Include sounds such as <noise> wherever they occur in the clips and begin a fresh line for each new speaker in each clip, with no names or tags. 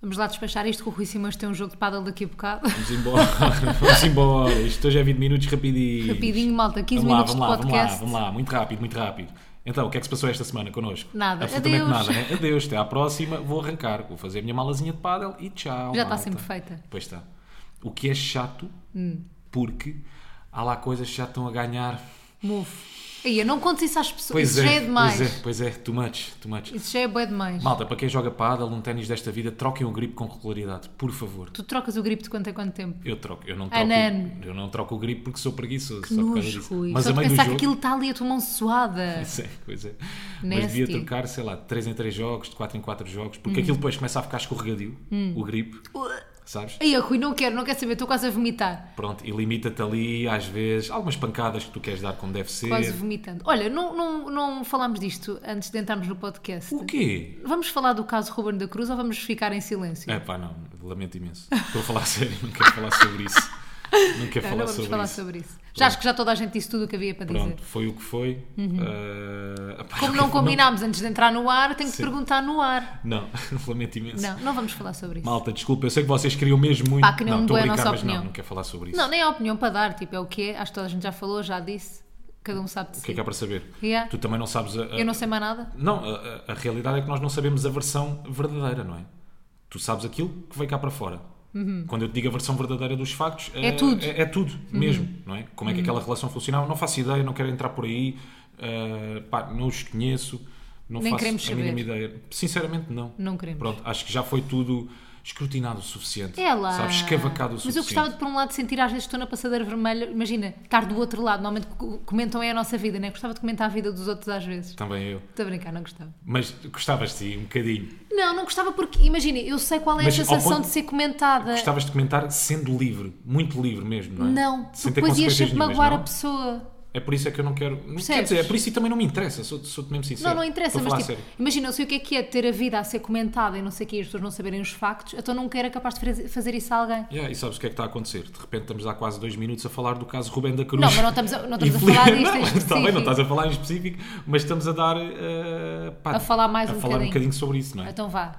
Vamos lá despachar isto que o Rui Simões tem um jogo de paddle daqui a bocado.
Vamos embora, <laughs> vamos embora. Isto hoje é 20 minutos
<laughs>
rapidinho.
Rapidinho, malta, 15
Vamos lá,
minutos
vamos
de
lá, vamos lá,
podcast.
vamos lá, muito rápido, muito rápido. Então, o que é que se passou esta semana connosco?
Nada.
Absolutamente
Adeus.
nada, né? Adeus, até à próxima, vou arrancar, vou fazer a minha malazinha de pádel e tchau.
Já está
malta.
sempre Hum. feita.
Pois está. O que é chato, porque há lá coisas que já estão a ganhar.
Move. Aí, eu não conto isso às pessoas.
Pois
isso
é,
já é demais.
pois é, pois é, too much, too much.
Isso já é bem demais.
Malta, para quem joga pádel, um ténis desta vida, troquem o grip com regularidade, por favor.
Tu trocas o grip de quanto a quanto tempo?
Eu troco, eu não troco,
Anano.
eu não troco o grip porque sou preguiçoso. só por causa
Nojo,
disso.
Rui.
Mas
Só
a
de
meio do
pensar
jogo,
que
<laughs>
aquilo está ali a tua mão suada.
Pois é, pois é.
Nasty. Hum.
Mas devia trocar, sei lá, de 3 em 3 jogos, de 4 em 4 jogos, porque aquilo depois começa a ficar escorregadio, o grip, sabes?
Aí, Rui, não quero, não quero saber. Estou quase a vomitar.
Pronto, e limita-te ali, às vezes, algumas pancadas que tu queres dar como deve ser.
Quase vomitando. Olha, não, não, não falámos disto antes de entrarmos no podcast.
O quê?
Vamos falar do caso Ruben da Cruz ou vamos ficar em silêncio?
É pá, não, lamento imenso. Estou a falar a sério, não quero falar sobre isso. Não quero
<laughs> Não,
falar
não vamos
sobre
falar
isso.
sobre isso. Já acho que já toda a gente disse tudo o que havia para dizer.
Pronto, foi o que foi. Ah, pá,
Uhum.
<laughs>
Como não combinámos antes de entrar no ar, tenho que te
Sim.
perguntar no ar.
Não, <laughs> lamento imenso.
Não, não vamos falar sobre isso.
Malta, desculpa, eu sei que vocês queriam mesmo muito.
Pá, que nem um
não, estou a
boi é a
brincar,
nossa
mas
opinião.
não, não quero falar sobre isso.
Não, nem há opinião para dar, tipo, é o que é. Acho que toda a gente já falou, já disse. Cada um sabe de
O que
si.
é que há para saber?
Yeah.
Tu também não sabes a, a-
Eu não sei mais nada.
Não, a, a- a realidade é que nós não sabemos a versão verdadeira, não é? Tu sabes aquilo que veio cá para fora. Quando eu te digo a versão verdadeira dos factos,
Uhum. É tudo. Uhum.
É, é tudo mesmo, não é? Como é que aquela relação funcionava? Não faço ideia, não quero entrar por aí, ah, pá, não os conheço, não
Nem
faço a
queremos saber.
mínima ideia. Sinceramente, não.
Não queremos.
Pronto, acho que já foi tudo escrutinado o suficiente.
É lá.
Sabes, escavacado o
Mas eu
suficiente.
gostava de, por um lado, sentir às vezes que estou na passadeira vermelha. Imagina, estar do outro lado. Normalmente co- comentam é a nossa vida, né? Gostava de comentar a vida dos outros às vezes.
Também eu.
Estou a brincar, não gostava.
Mas gostavas de um bocadinho.
Não, não gostava porque, imagina, eu sei qual é
Mas
a
ao
sensação
ponto-
de ser comentada.
Gostavas de comentar sendo livre, muito livre mesmo, não é?
Não,
Sem
porque
ter
depois ias
consequências
sempre magoar a
nenhumas, não?
pessoa.
É por isso é que eu não quero. não- Quer
Percebes?
dizer, é por isso e também não me interessa, sou- sou-te mesmo sincero.
Não, não interessa,
Estou a
mas
falar
tipo,
a sério.
imagina, eu sei o que é que é ter a vida a ser comentada e não sei o que e as pessoas não saberem os factos, então não era capaz de fazer- fazer isso a alguém.
Yeah, e sabes o que é que está a acontecer? De repente estamos há quase dois minutos a falar do caso Rubén da Cruz.
Não, mas não estamos a, não estamos a falar disto em
Está bem, <laughs> não
específico.
estás a falar em específico, mas estamos a dar. eh, pá,
A falar mais
a
um
falar
bocadinho.
um bocadinho sobre isso, não é?
Então vá,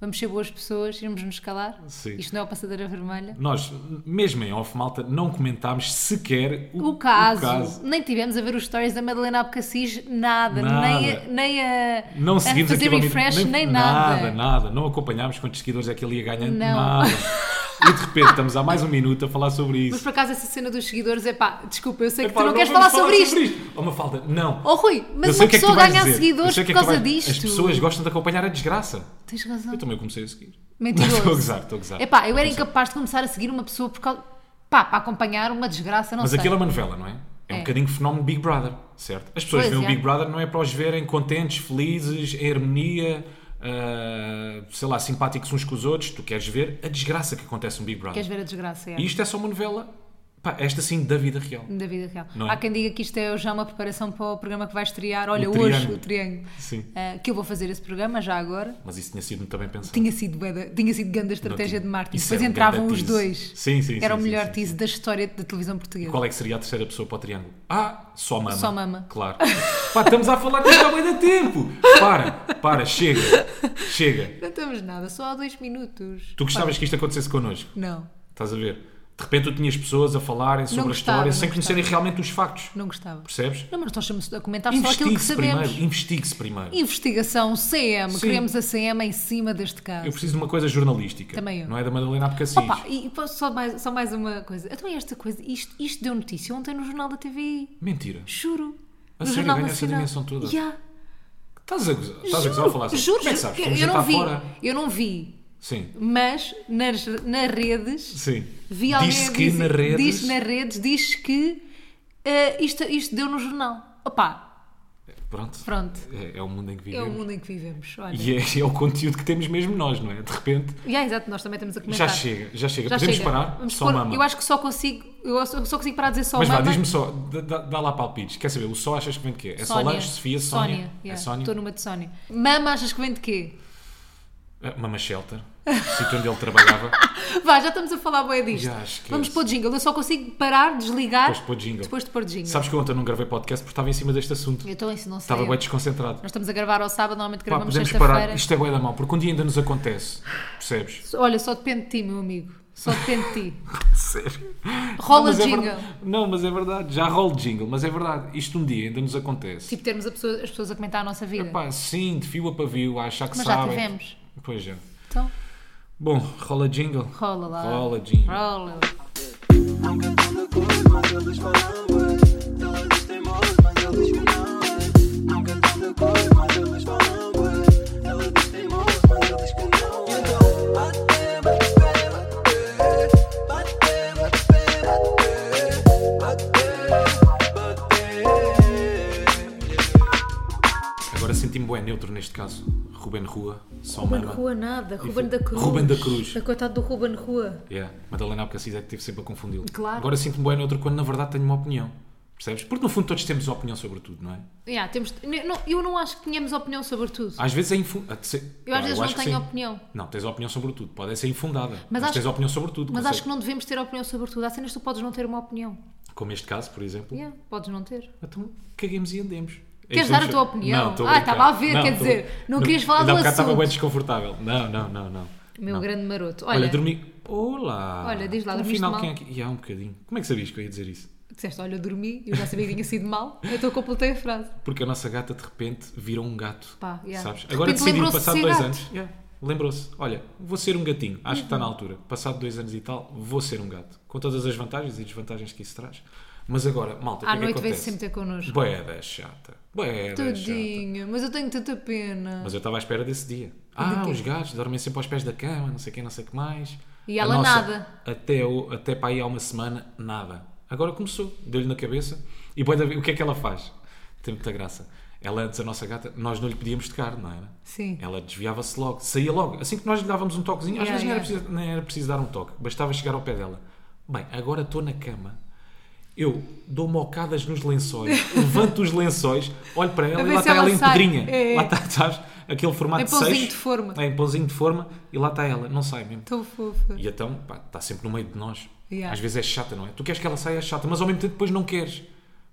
vamos ser boas pessoas, irmos nos calar.
Sim.
Isto não é o Passadeira Vermelha.
Nós, mesmo em off, malta, não comentámos sequer o,
O caso, nem tivemos a ver os stories da Madalena Abcacis, nada,
Nada.
Nem, a, nem a,
Não
a
seguimos
fazer
aquilo ao
refresh,
mínimo.
nem,
Nada,
nada.
nada. Não acompanhámos quantos seguidores é que ele ia ganhando.
Não.
Nada. E de repente estamos há mais um minuto a falar sobre
Mas
isso.
por acaso essa cena dos seguidores é pá, desculpa, eu sei que
Epá,
tu não, queres
vamos
falar sobre isto.
Oh, Mafalda, não.
Oh Rui,
Eu
mas uma
sei o que é que tu
pessoa
vais
ganha
dizer. Eu
seguidores
sei o
por
que é que tu
causa
vais-
disto.
As pessoas gostam de acompanhar a desgraça.
Tens razão.
Eu também comecei a seguir.
Mentiroso.
Não, <laughs> Estou a gozar, estou a gozar.
Epá, eu
Estou a
era
gozar.
incapaz de começar a seguir uma pessoa por causa... Pá, para acompanhar uma desgraça, não
Mas
sei.
aquilo é uma novela, não é? É um
É.
bocadinho fenómeno Big Brother, certo? As pessoas
Pois
veem
é.
o Big Brother não é para os verem contentes, felizes, em harmonia, ah, sei lá, simpáticos uns com os outros. Tu queres ver a desgraça que acontece no Big Brother.
Queres ver a desgraça, é.
E isto é só uma novela, pá, esta sim, da vida real.
Da vida real.
Não é?
Há quem diga que isto é já uma preparação para o programa que vai estrear. Olha,
O
hoje
Triângulo.
o Triângulo.
Sim.
Ah, que eu vou fazer esse programa já agora.
Mas isso tinha sido muito bem pensado.
Tinha sido, bué da- tinha sido grande a estratégia
tinha.
de marketing.
Isso
Depois
era um
entravam
grande
os
tease.
dois.
Sim, sim,
Era
sim,
o
sim,
melhor
sim,
tease da história da televisão portuguesa.
Qual é que seria a terceira pessoa para o triângulo? Ah, só mama.
Só mama.
Claro. Pá, estamos a falar disto há bem de tempo. Para, para, chega. Chega.
Não estamos nada, só há dois minutos.
Tu gostavas que isto acontecesse connosco,
Não,
estás a ver? De repente tu tinhas pessoas a falarem sobre a
gostava,
história
não
sem conhecerem realmente os factos.
não gostava.
Percebes?
Não, mas nós estamos a comentar só aquilo que
Investigue-se
sabemos.
primeiro. Investigue-se primeiro.
Investigação CM,
Sim.
queremos a CM em cima deste caso.
Eu preciso de uma coisa jornalística.
Também eu.
Não é da Madalena Apocassis.
Opa, e e posso só mais, só mais uma coisa. Então, esta coisa, isto, isto deu notícia ontem no Jornal da TVI.
Mentira.
Juro.
A
no
sério,
Jornal
ganha essa
Nacional.
dimensão toda?
Já.
Estás a gozar, estás a, gozar a
Juro,
falar assim.
juro,
Como é que
juro.
sabes?
Eu,
Fomos
eu
jantar
não vi.
fora.
Eu não vi.
Sim.
Mas nas, nas redes.
Sim.
Vi alguém
Diz-se
a
que
dizer-
na redes-
Diz nas redes, diz que eh, isto, isto deu no jornal. Opa,
Pronto.
pronto.
É, é o mundo em que
É
vivemos.
o mundo em que vivemos. Olha.
E é, é o conteúdo que temos mesmo nós, não é? De repente,
Já, exato, nós também estamos a
já
comentar.
chega, já chega.
tá. Já
Podemos
chega.
parar?
Vamos
só
pôr-
mama.
Eu acho é que só consigo, eu só só consigo parar de dizer só
Mas vá,
mama.
diz-me é só, dá- dá, dá lá palpites. Quer saber, o só achas que vem de quê? É Solange, Sofia, Sónia?
yeah,
É Sónia?
Estou numa de Sónia. Mama, achas que vem de quê?
Ah, Mama Shelter, <laughs> o sítio onde ele trabalhava.
Vá, já estamos a falar bem disto.
Já, esquece.
Vamos pôr jingle. Eu só consigo parar, desligar.
Depois de pôr jingle.
Depois de pôr jingle.
Sabes que eu ontem não gravei podcast porque estava em cima deste assunto.
Então isso não sei.
Estava
eu.
bem desconcentrado.
Nós estamos a gravar ao sábado, normalmente
Pá,
gravamos
podemos parar.
sexta-feira.
Isto é bué da mão, porque um dia ainda nos acontece. Percebes?
Olha, só depende de ti, meu amigo. Só depende
<laughs>
de ti.
Sério?
Rola
mas é
jingle.
verdade. Não, mas é verdade. Já rolo jingle, mas é verdade. Isto um dia ainda nos acontece.
Tipo, termos a pessoa- as pessoas a comentar a nossa vida.
Pá, sim, de fio a pavio, a achar que
Mas já
sabem.
tivemos.
Pois já.
Então,
Bom, rola jingle.
rola lá.
Rola jingle.
Rola.
Nunca tão de cor, mas eles falam ué. Todas as teimosas, mas eles que não é. Nunca tão de cor, mas eles falam ué. Ela diz teimoso, mas eles que não é. Então, bate, bate, bate, bate, bate, bate, bate, bate.
Agora senti-me bué neutro neste caso. Ruben Rua, só
Ruben
mama.
Rua nada, Ruben da Cruz.
Ruben da Cruz.
A coitado do Ruben Rua.
Yeah. Madalena Abcacis é que teve sempre a confundi-lo.
Claro.
Agora sinto-me bem neutro quando na verdade tenho uma opinião. Percebes? Porque no fundo todos temos opinião sobre tudo, não é?
Yeah, temos, ne- não, eu não acho que tenhamos opinião sobre tudo.
Às vezes é infundada.
eu às vezes não tenho opinião.
Não, tens opinião sobre tudo. Pode é ser infundada. Mas,
acho-
tens opinião sobre tudo.
Mas
consegue-
acho que não devemos ter opinião sobre tudo. Há cenas que tu podes não ter uma opinião.
Como este caso, por exemplo.
Yeah, podes não ter.
Então caguemos e andemos.
Queres
Então,
dar a tua opinião?
Não, estou
Ah,
brincar.
estava a ver,
Não,
quer
estou-
dizer, não querias falar
ainda há
do
bocado estava
assunto.
bem desconfortável. Não, não, não, não.
Meu
não.
grande maroto.
Olha,
Olha,
dormi. Olá!
Olha, diz lá,
Então,
dormiste
afinal,
mal?
quem é que. Ya, um bocadinho. Como é que sabias que eu ia dizer isso?
disseste, olha, dormi, eu já sabia que tinha sido mal, então completei a frase.
Porque a nossa gata de repente virou um gato.
Pá, yeah.
Sabes?
De
Agora
repente
decidiu,
lembrou-se de
passado
ser
dois
gato. Uhum.
anos. yeah, Lembrou-se, olha, vou ser um gatinho, acho que está na altura. Passado dois anos e tal, vou ser um gato. Com todas as vantagens e desvantagens que isso traz. Mas agora, malta, o
À
que é que
noite veio
acontece?
sempre ter connosco.
Boeda chata. Boeda chata.
Tadinho, mas eu tenho tanta pena.
Mas eu estava à espera desse dia. Ah,
quê?
os gatos dormem sempre aos pés da cama, não sei quem, não sei o que mais.
E
A
ela nada.
Até, o- até para aí há uma semana, nada. Agora começou, deu-lhe na cabeça. E pode haver- o que é que ela faz? Tem muita graça. Ela antes, a nossa gata, nós não lhe podíamos tocar, não era?
Sim.
Ela desviava-se logo, saía logo. Assim que nós lhe dávamos um toquezinho, às
Yeah, yeah.
vezes Nem, era preciso, nem era preciso dar um toque, bastava chegar ao pé dela. Bem, agora estou na cama, eu dou mocadas nos lençóis, <laughs> levanto os lençóis, olho para ela
A
e
ver
lá
se
está
ela
ela em
sai.
pedrinha.
É, é.
<laughs> Lá está, Tá, sabes? Aquele formato
Em
de
pãozinho
seis.
de forma.
É, em pãozinho de forma e lá está ela, não sai mesmo.
Tão fofa.
E então, pá, está sempre no meio de nós.
Yeah.
Às vezes é chata, não é? Tu queres que ela saia, é chata, mas ao mesmo tempo depois não queres.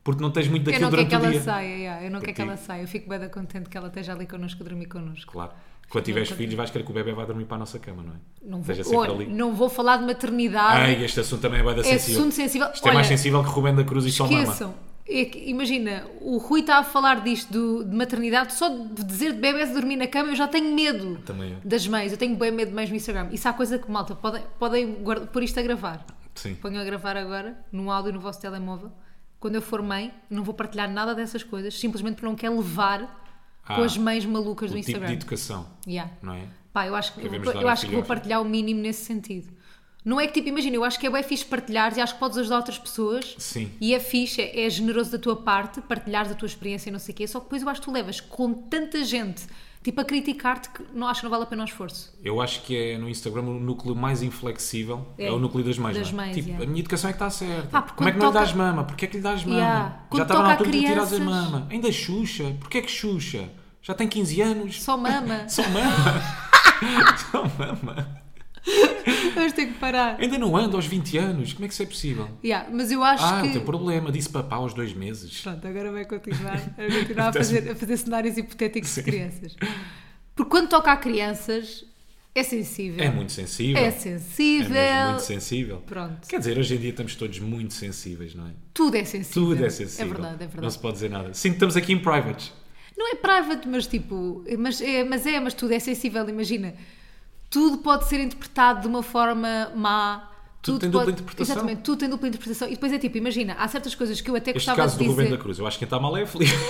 Porque não tens muito
Eu
daquilo
não quero
durante
que
o
ela
dia.
saia, yeah, eu não quero que
Porque-
ela saia. Eu fico bem contente que ela esteja ali connosco, a dormir connosco.
Claro. Quando tiveres filhos, vais querer que o bebê vá dormir para a nossa cama, não é?
Não vou,
Esteja sempre
Olha,
ali.
não vou falar de maternidade.
Ai, este assunto também é bué da
é
sensível.
assunto sensível.
Isto é mais
Olha,
sensível que Rubén da Cruz e só mama.
Esqueçam. É que, imagina, o Rui está a falar disto do- de maternidade, só de dizer de bebés a dormir na cama, eu já tenho medo
Também é. eu.
das mães, eu tenho bem medo de mães no Instagram. Isso há coisa que, malta, podem, podem guarda- pôr isto a gravar.
Sim.
Ponham a gravar agora, num áudio no vosso telemóvel. Quando eu for mãe, não vou partilhar nada dessas coisas, simplesmente porque não quero levar com
Ah,
as mães malucas do
O tipo
Instagram.
de educação,
Yeah.
não é?
Pá, eu acho que, eu,
Devemos
vou-
dar
eu
ao
acho que
filho
vou
ao filho.
partilhar o mínimo nesse sentido. Não é que tipo, imagina, eu acho que é bem fixe partilhar e acho que podes ajudar outras pessoas.
Sim.
E é fixe, é, é generoso da tua parte partilhares a tua experiência e não sei o quê, só que depois eu acho que tu levas com tanta gente, tipo, a criticar-te que não acho que não vale a pena o esforço.
Eu acho que é no Instagram o núcleo mais inflexível é,
É.
o núcleo das mães.
Das
não é?
mães,
tipo,
yeah.
a minha educação é que está certa.
Pá, porque
Como é que
quando
não lhe
toca-
dás mama? Porquê é que lhe dás mama?
Yeah. Quando
Já estava na
toca a
altura de lhe tirares a
crianças-
mama. Ainda Xuxa. Porquê é que Xuxa? Já tem 15 anos.
Só mama.
<laughs> Só mama. <laughs> Só mama.
Vamos ter que parar.
Ainda não anda aos 20 anos. Como é que isso é possível?
Yeah, mas eu acho
ah,
que.
o teu problema. Disse papá aos dois meses.
Pronto, agora vai continuar, vai
<laughs>
continuar a, fazer, a fazer cenários hipotéticos
Sim.
de crianças. Porque quando toca a crianças, é sensível.
É muito sensível.
É
É
sensível.
mesmo muito sensível.
Pronto.
Quer dizer, hoje em dia estamos todos muito sensíveis, não é?
Tudo é sensível.
Tudo é sensível.
É verdade, é verdade.
Não se pode dizer nada. Sim, estamos aqui em privates.
Não é private, mas tipo. Mas é, mas é, mas tudo é sensível, imagina. Tudo pode ser interpretado de uma forma má.
Tudo tem
pode-
dupla interpretação.
Exatamente, tudo tem dupla interpretação. E depois é tipo, imagina, há certas coisas que eu até
Este
gostava
caso do
de dizer.
Rubén da Cruz, eu acho que quem está mal é a Filipe. <laughs>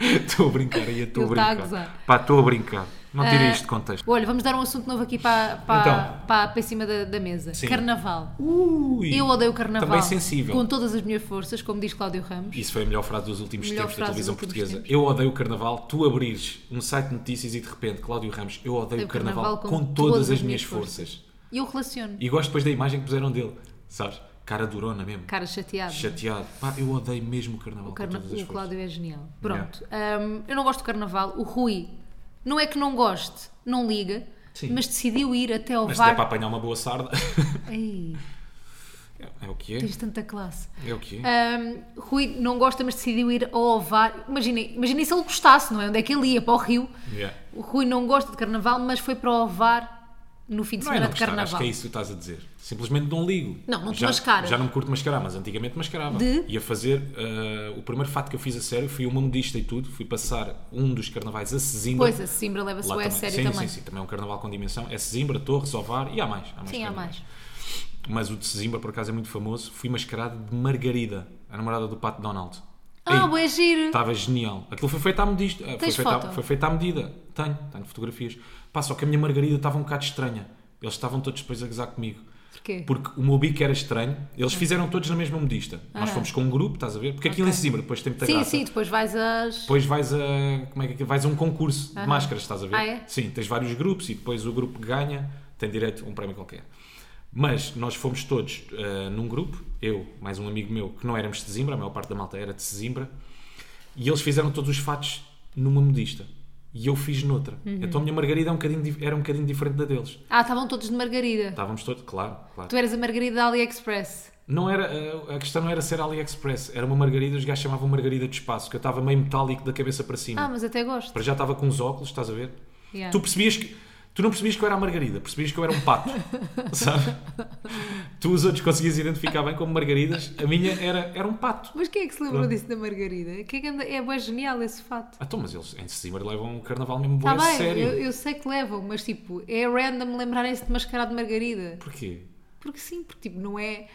Estou a brincar, ia estou a
Ele está a
brincar.
gozar.
Pá, estou a brincar. Não
Ah,
tirei isto de contexto.
Olha, vamos dar um assunto novo aqui para, para,
Então.
para, para cima da, da mesa.
Sim.
Carnaval.
Ui,
Eu odeio o carnaval.
Também sensível.
Com todas as minhas forças, como diz Cláudio Ramos.
Isso foi a melhor frase dos últimos
Melhor
tempos da
frase dos
televisão
últimos
portuguesa.
tempos.
Eu odeio o carnaval. Tu abrires um site de notícias e de repente, Cláudio Ramos, eu odeio o carnaval, com, todas as minhas forças.
E eu relaciono.
E gosto depois da imagem que puseram dele. Sabes? Cara durona mesmo.
Cara chateada.
Chateado. Pá, eu odeio mesmo o carnaval
O, carna-
com todas as
o
forças.
Cláudio é genial. Pronto. Hum, eu não gosto do carnaval. O Rui não é que não goste, não liga,
Sim.
mas decidiu ir até ao
Mas se der
VAR.
para apanhar uma boa sarda, <laughs>
Ei,
é o que é.
tens tanta classe.
É o que é.
Ahm, Rui não gosta, mas decidiu ir ao VAR. Imaginem, imaginem se ele gostasse, não é? Onde é que ele ia? Para o Rio.
Yeah.
O Rui não gosta de carnaval, mas foi para o VAR no fim de
Não é
semana
não
de
gostar, acho
carnaval.
que é isso que tu estás a dizer. Simplesmente não ligo.
Não, não te
já,
mascaras.
Já não me curto mascarar, mas antigamente mascarava.
De?
Ia fazer. ah, o primeiro fato que eu fiz a sério fui um mundista e tudo. Fui passar um dos carnavais a Sesimbra.
Pois, a Simbra leva-se
Lá
bué a
também.
sério
sim,
também.
Sim, sim, também é um carnaval com dimensão. É Sesimbra, Torres, Ovar e há mais. Há mais
Sim, há
carnavais.
mais.
Mas o de Sesimbra, por acaso, é muito famoso. Fui mascarado de Margarida, a namorada do Pato Donald.
Ah,
Ei,
bué giro.
Estava genial. Aquilo foi feito à medida. Foi
Tens
feito, à,
foto?
foi feito à medida. Tenho, tenho fotografias. Pá, só que a minha margarida estava um bocado estranha. Eles estavam todos depois a gozar comigo.
Porquê?
Porque o meu bico era estranho. Eles fizeram todos na mesma medista. Nós
Ah.
fomos com um grupo, estás a ver? Porque aquilo
Ok.
em Sesimbra depois tem muita
Sim,
graça.
sim, depois vais às.
Depois vais a, como é que é que- vais a um concurso de máscaras, estás a ver?
Ah, é?
Sim, tens vários grupos e depois o grupo que ganha tem direito a um prémio qualquer. Mas nós fomos todos ah, num grupo, eu, mais um amigo meu, que não éramos de Zimbra, a maior parte da malta era de Zimbra, e eles fizeram todos os fatos numa modista. E eu fiz noutra.
Uhum.
Então a minha margarida é um bocadinho di- era um bocadinho diferente da deles.
Ah, estavam todos de Margarida.
Estávamos todos, claro, claro.
Tu eras a Margarida da AliExpress.
Não era, ah, a questão não era ser AliExpress, era uma margarida, os gajos chamavam margarida de espaço, que eu estava meio metálico da cabeça para cima.
Ah, mas até gosto.
Para já estava com os óculos, estás a ver?
Yeah.
Tu percebias que. Tu não percebias que eu era a Margarida, percebias que eu era um pato, <laughs> sabe? Tu os outros conseguias identificar bem como Margaridas, a minha era, era um pato.
Mas quem é que se lembrou
Pronto.
disso da Margarida? Que é, que anda- é bué genial esse fato.
Ah, então, mas eles em Sesimbra levam o carnaval mesmo bem
Está
a
Tá bem,
sério.
eu, eu sei que levam, mas tipo, é random lembrarem-se de mascarado de Margarida.
Porquê?
Porque sim, porque tipo, não é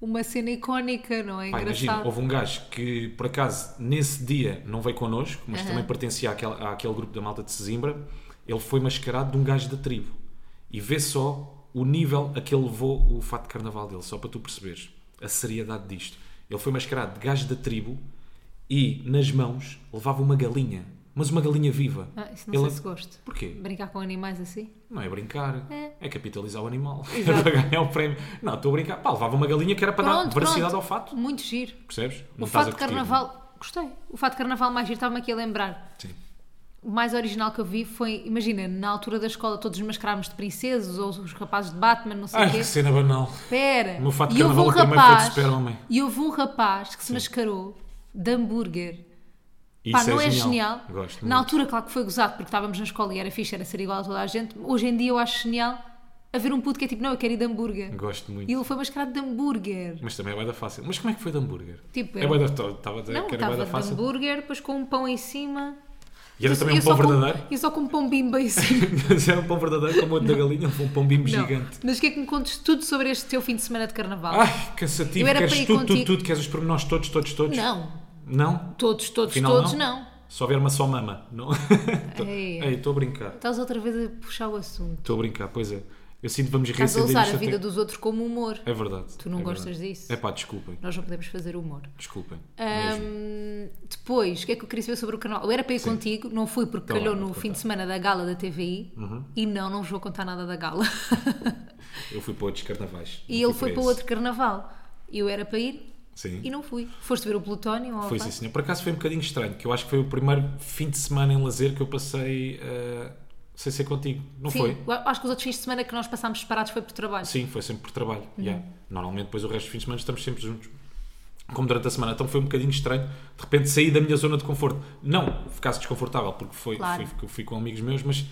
uma cena icónica, não é
Pá, imagina,
engraçado.
houve um gajo que por acaso nesse dia não veio connosco, mas
Aham.
também pertencia àquele, àquele grupo da malta de Sesimbra. Ele foi mascarado de um gajo da tribo. E vê só o nível a que ele levou o fato de carnaval dele, só para tu perceberes a seriedade disto. Ele foi mascarado de gajo da tribo e nas mãos levava uma galinha, mas uma galinha viva.
Ah, isso não
um- Ele-
sei se gosto.
Porquê?
Brincar com animais assim?
Não é brincar,
É.
é, capitalizar o animal. <laughs>
Exato.
Era para ganhar o prémio. Não, estou a brincar. Pá, levava uma galinha que era para dar veracidade ao fato.
Muito giro.
Percebes?
o
Não estás
fato de
a curtir, não é?
carnaval. Gostei. O fato de carnaval mais giro estava-me aqui a lembrar.
Sim.
O mais original que eu vi foi, imagina, na altura da escola todos nos mascarámos de princesos ou os rapazes de Batman, não sei o
Ai,
quê.
Ah, que cena banal.
Espera!
O meu fato de
E houve um
carnaval, o primeiro foi de
rapaz-
Super-Homem.
E houve um rapaz que se mascarou de hambúrguer. Pá, não é genial?
Gosto
na
muito.
altura, claro que foi gozado, porque estávamos na escola e era fixe, era ser igual a toda a gente. Hoje em dia eu acho genial haver um puto que é tipo, não, eu quero ir de hambúrguer.
Gosto muito.
E ele foi mascarado de hambúrguer.
Mas também é bué da fácil. Mas como é que foi de hambúrguer?
Tipo,
é
era-
bué da... Estava a dizer
Não,
que era bué
estava
da
de
fácil.
hambúrguer, depois com um pão em cima.
E era
Eu-
também
eu
um
só
pão
como-
verdadeiro. <laughs>
Eu só como pão bimba em cima.
Mas era um pão verdadeiro como o outro da galinha, um pão bimbo
Não,
gigante. Ah,
Mas quer que me contes tudo sobre este teu fim de semana de carnaval?
Ai,
Eu
cansativo.
era para
Queres
ir
tudo,
contigo.
tudo, tudo. Queres os pormenores todos, todos, todos?
Não.
Não?
Todos, todos,
Afinal,
todos,
não?
não.
Só houver uma só mama. Não? <laughs>
Ei.
Ei, estou a brincar.
Estás outra vez a puxar o assunto.
Estou a brincar, pois é. Eu sinto que vamos
Estás a
reacender
usar a
isto
vida
até...
dos outros como humor.
É verdade.
Tu não
é
gostas
verdade.
disso.
É pá, desculpem.
Nós não podemos fazer humor.
Desculpem. mesmo.
Ahm, depois, o que é que eu queria saber sobre o canal? Eu era para ir contigo, não fui porque
Tá
calhou
bem, Uhum.
no
vou-te
fim de semana da gala da TVI e não, não vos vou contar nada da
<laughs>
gala.
Eu fui para outros carnavais.
e
Não
ele
fui
foi para
esse.
outro carnaval. Eu era para ir
Sim.
e não fui. Foste ver o Plutónio? ao
Foi
Alvar?
sim, senhor. Por acaso foi um bocadinho estranho, que eu acho que foi o primeiro fim de semana em lazer que eu passei eh, sem ser contigo. Não
Sim,
foi?
eu acho que os outros fins de semana que nós passámos separados foi por trabalho.
Sim, foi sempre por trabalho.
Uhum.
yeah. Normalmente, depois o resto dos fins de semana estamos sempre juntos. Como durante a semana, então foi um bocadinho estranho. De repente saí da minha zona de conforto. Não ficasse desconfortável, porque foi,
Claro.
fui, fui- fui com amigos meus, mas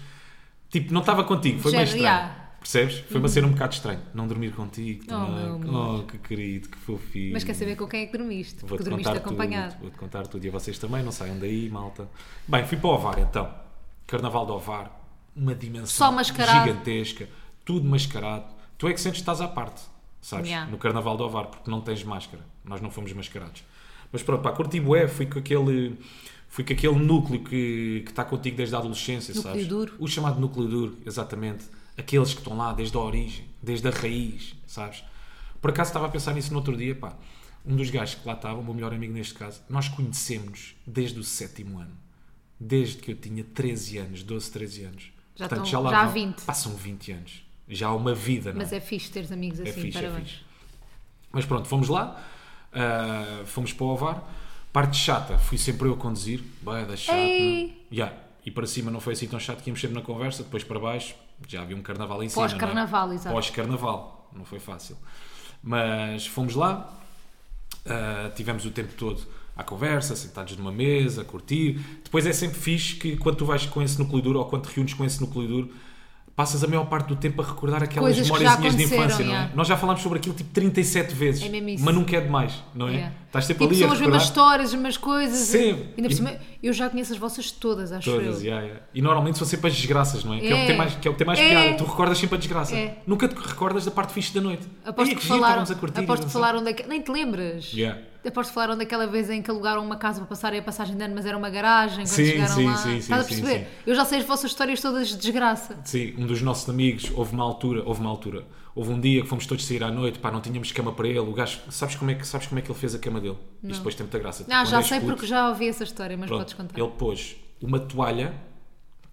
tipo, não estava contigo, foi meio
Género,
estranho.
yeah. Uhum.
Percebes? Foi uma cena um bocado estranho. Não dormir contigo, também.
meu
oh, que querido, que fofinho.
Mas quer saber com quem é que dormiste? Porque
Vou-te
dormiste
contar
acompanhado.
tudo. Vou-te contar tudo. E a vocês também, não saiam daí, malta. Bem, fui para o Ovar então. Carnaval do Ovar, uma dimensão
Só mascarado.
gigantesca, tudo mascarado. Tu é que sentes que estás à parte, sabes?
Yeah.
No Carnaval do Ovar, porque não tens máscara. Nós não fomos mascarados. Mas pronto, pá, curti bué, fui com aquele... Fui com aquele núcleo que, que está contigo desde a adolescência,
Núcleo
sabes?
duro.
O chamado núcleo duro, exatamente. Aqueles que estão lá desde a origem, desde a raiz, sabes? Por acaso estava a pensar nisso no outro dia, pá. Um dos gajos que lá estava, o meu melhor amigo neste caso, nós conhecemos desde o sétimo ano. Desde que eu tinha 13 anos, 12, 13 anos.
Já estão- já há
vão-
20.
Pá, são 20 anos. Já há uma vida, não
Mas é fixe teres amigos assim,
é fixe, é
parabéns.
fixe. Mas pronto, fomos lá, ah, fomos para o Ovar. Parte chata, fui sempre eu a conduzir. Bué da chata.
Ei!
Yeah. e para cima não foi assim tão chato que íamos sempre na conversa, depois para baixo já havia um carnaval em cima. não é?
Pós-carnaval, exato.
Pós-carnaval, não foi fácil. Mas fomos lá, ah, tivemos o tempo todo à conversa, sentados numa mesa, a curtir. Depois é sempre fixe que quando tu vais com esse núcleo duro ou quando te reúnes com esse núcleo duro, passas a maior parte do tempo a recordar aquelas
Coisas que já
memórias de infância,
aconteceram,
não é?
yeah.
Nós já falámos sobre aquilo tipo 37 vezes,
É mesmo isso.
mas nunca é demais, não é?
Yeah.
Estás sempre
Tipo,
ali a
são as
recordar.
mesmas histórias, as mesmas coisas.
Sim.
Ainda por
E-
cima, eu já conheço as vossas todas, acho
Todas,
eu.
yeah, yeah. E normalmente são sempre as desgraças, não é? Que é o que
É.
tem mais, que é o que tem mais
É.
piada. Tu recordas sempre a desgraça.
É.
Nunca te recordas da parte fixe da noite.
Aposto
Ei,
que,
giro,
falaram,
estávamos a curtir,
aposto
não
que
sei.
falaram daquela. Nem te lembras?
Yeah.
Aposto que falaram daquela vez em que alugaram uma casa para passarem a passagem de ano, mas era uma garagem. Quando
Sim,
chegaram
sim,
lá.
sim, sim,
Estás a
sim,
perceber?
sim.
Eu já sei as vossas histórias todas de desgraça.
Sim, um dos nossos amigos, houve uma altura, houve uma altura, houve um dia que fomos todos sair à noite, pá, não tínhamos cama para ele, o gajo, sabes como é que, sabes como é que ele fez a cama dele? Isto depois tem muita graça. tipo,
Ah,
Quando
já
és
sei
puto,
porque já ouvi essa história, mas
pronto,
podes contar.
Ele pôs uma toalha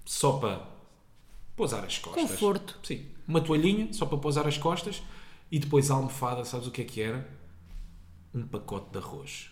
só para pousar as costas.
Conforto.
Sim, uma toalhinha só para pousar as costas e depois a almofada, sabes o que é que era? Um pacote de arroz.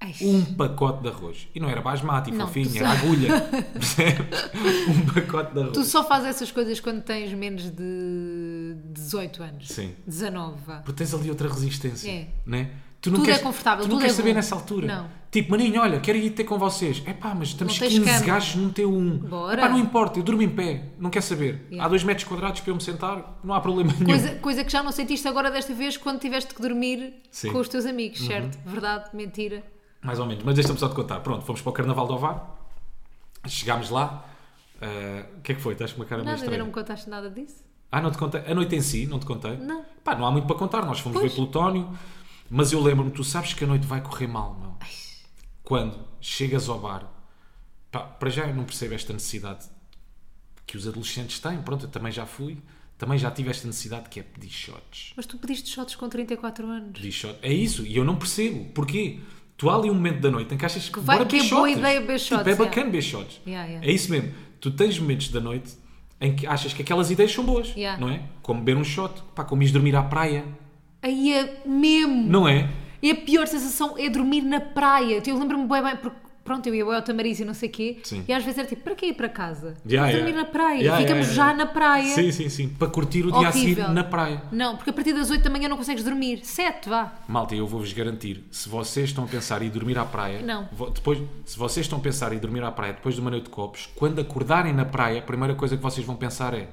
Ai,
um pacote de arroz. E não era basmati,
Não,
fofinho,
tu <laughs>
era agulha. <laughs> Percebes? um pacote de arroz.
Tu só fazes essas coisas quando tens menos de 18 anos.
Sim.
19. vá.
Porque tens ali outra resistência.
É.
Né? Tu não
Tudo
queres,
é confortável,
Tu não
tudo
queres
é
saber
bom.
nessa altura.
Não.
Tipo, maninho, olha, quero ir ter com vocês. É pá, mas estamos
Não tens
15
cama.
gajos num teu um.
Bora.
Epá, não importa, eu durmo em pé. Não quer saber.
Yeah.
Há dois metros quadrados para eu me sentar, não há problema nenhum.
Coisa, coisa que já não sentiste agora desta vez quando tiveste que dormir
Sim. Uhum.
com os teus amigos, certo? Verdade, mentira.
Mais ou menos, mas deixa-me só te contar. Pronto, fomos para o Carnaval de Ovar. Chegámos lá. Ah, O que é que foi? Estás com uma cara meio
Nada, um ainda
estranha.
não me contaste nada disso.
Ah, não te contei? A noite em si, não te contei?
Não.
Pá, não há muito para contar. Nós fomos
Pois.
ver Plutónio, mas eu lembro-me, tu sabes que a noite vai correr mal, meu. Quando chegas ao bar, pá, para já eu não percebo esta necessidade que os adolescentes têm. Pronto, eu também já fui, também já tive esta necessidade que é pedir shots.
Mas tu pediste shots com 34 anos.
Pedir shots. É isso, e eu não percebo. Porquê? Tu há ali um momento da noite em que achas que,
vai-
bora
que é
beber
boa
shots.
ideia beber
Tipo,
shots,
é
yeah.
bacana beber shots.
Yeah, yeah.
É isso mesmo. Tu tens momentos da noite em que achas que aquelas ideias são boas,
Yeah.
não é? Como beber um shot, pá, como ires dormir à praia,
Aí é mesmo.
não é?
E a pior sensação é dormir na praia. Eu lembro-me bem bem, porque pronto, eu ia bué ao Tamariz e não sei o quê.
Sim.
E às vezes era tipo, para quê ir para casa?
Yeah,
Vamos dormir
yeah.
na praia.
Yeah,
Ficamos
yeah, yeah.
já na praia.
Sim, sim, sim. Para curtir o dia a
Horrível.
seguir na praia.
Não, porque a partir das 8 da manhã não consegues dormir. 7, vá.
Malta, eu vou-vos garantir, se vocês estão a pensar em ir dormir à praia,
Não.
vo- depois, se vocês estão a pensar em ir dormir à praia depois de uma noite de copos, quando acordarem na praia, a primeira coisa que vocês vão pensar é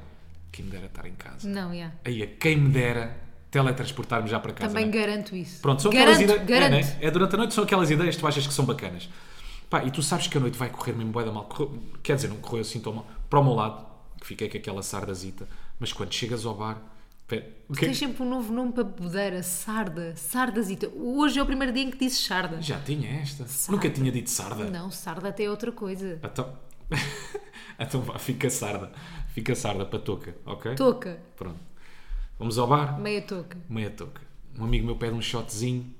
quem me dera estar em casa.
Não, yeah.
Aí a quem me dera teletransportar-me já para casa.
Também
né?
garanto isso.
Pronto, são
garanto,
aquelas ideias.
Garanto.
É, né? É, durante a noite são aquelas ideias que tu achas que são bacanas. Pá, e tu sabes que a noite vai correr mesmo bué da mal. Correu- quer dizer, não correu assim tão mal. Para o meu lado, que fiquei com aquela sardazita. Mas quando chegas ao bar. pe- o quê?
Tens sempre um novo nome para bebedeira. Sarda. Sardazita. Hoje é o primeiro dia em que disse sarda.
Já tinha esta. Nunca tinha dito sarda.
Não, sarda até é outra coisa.
Então. <laughs> então vá, fica sarda. Fica sarda para touca, ok?
Toca.
Pronto. Vamos ao bar.
Meia toca.
meia touca. Um amigo meu pede um shotzinho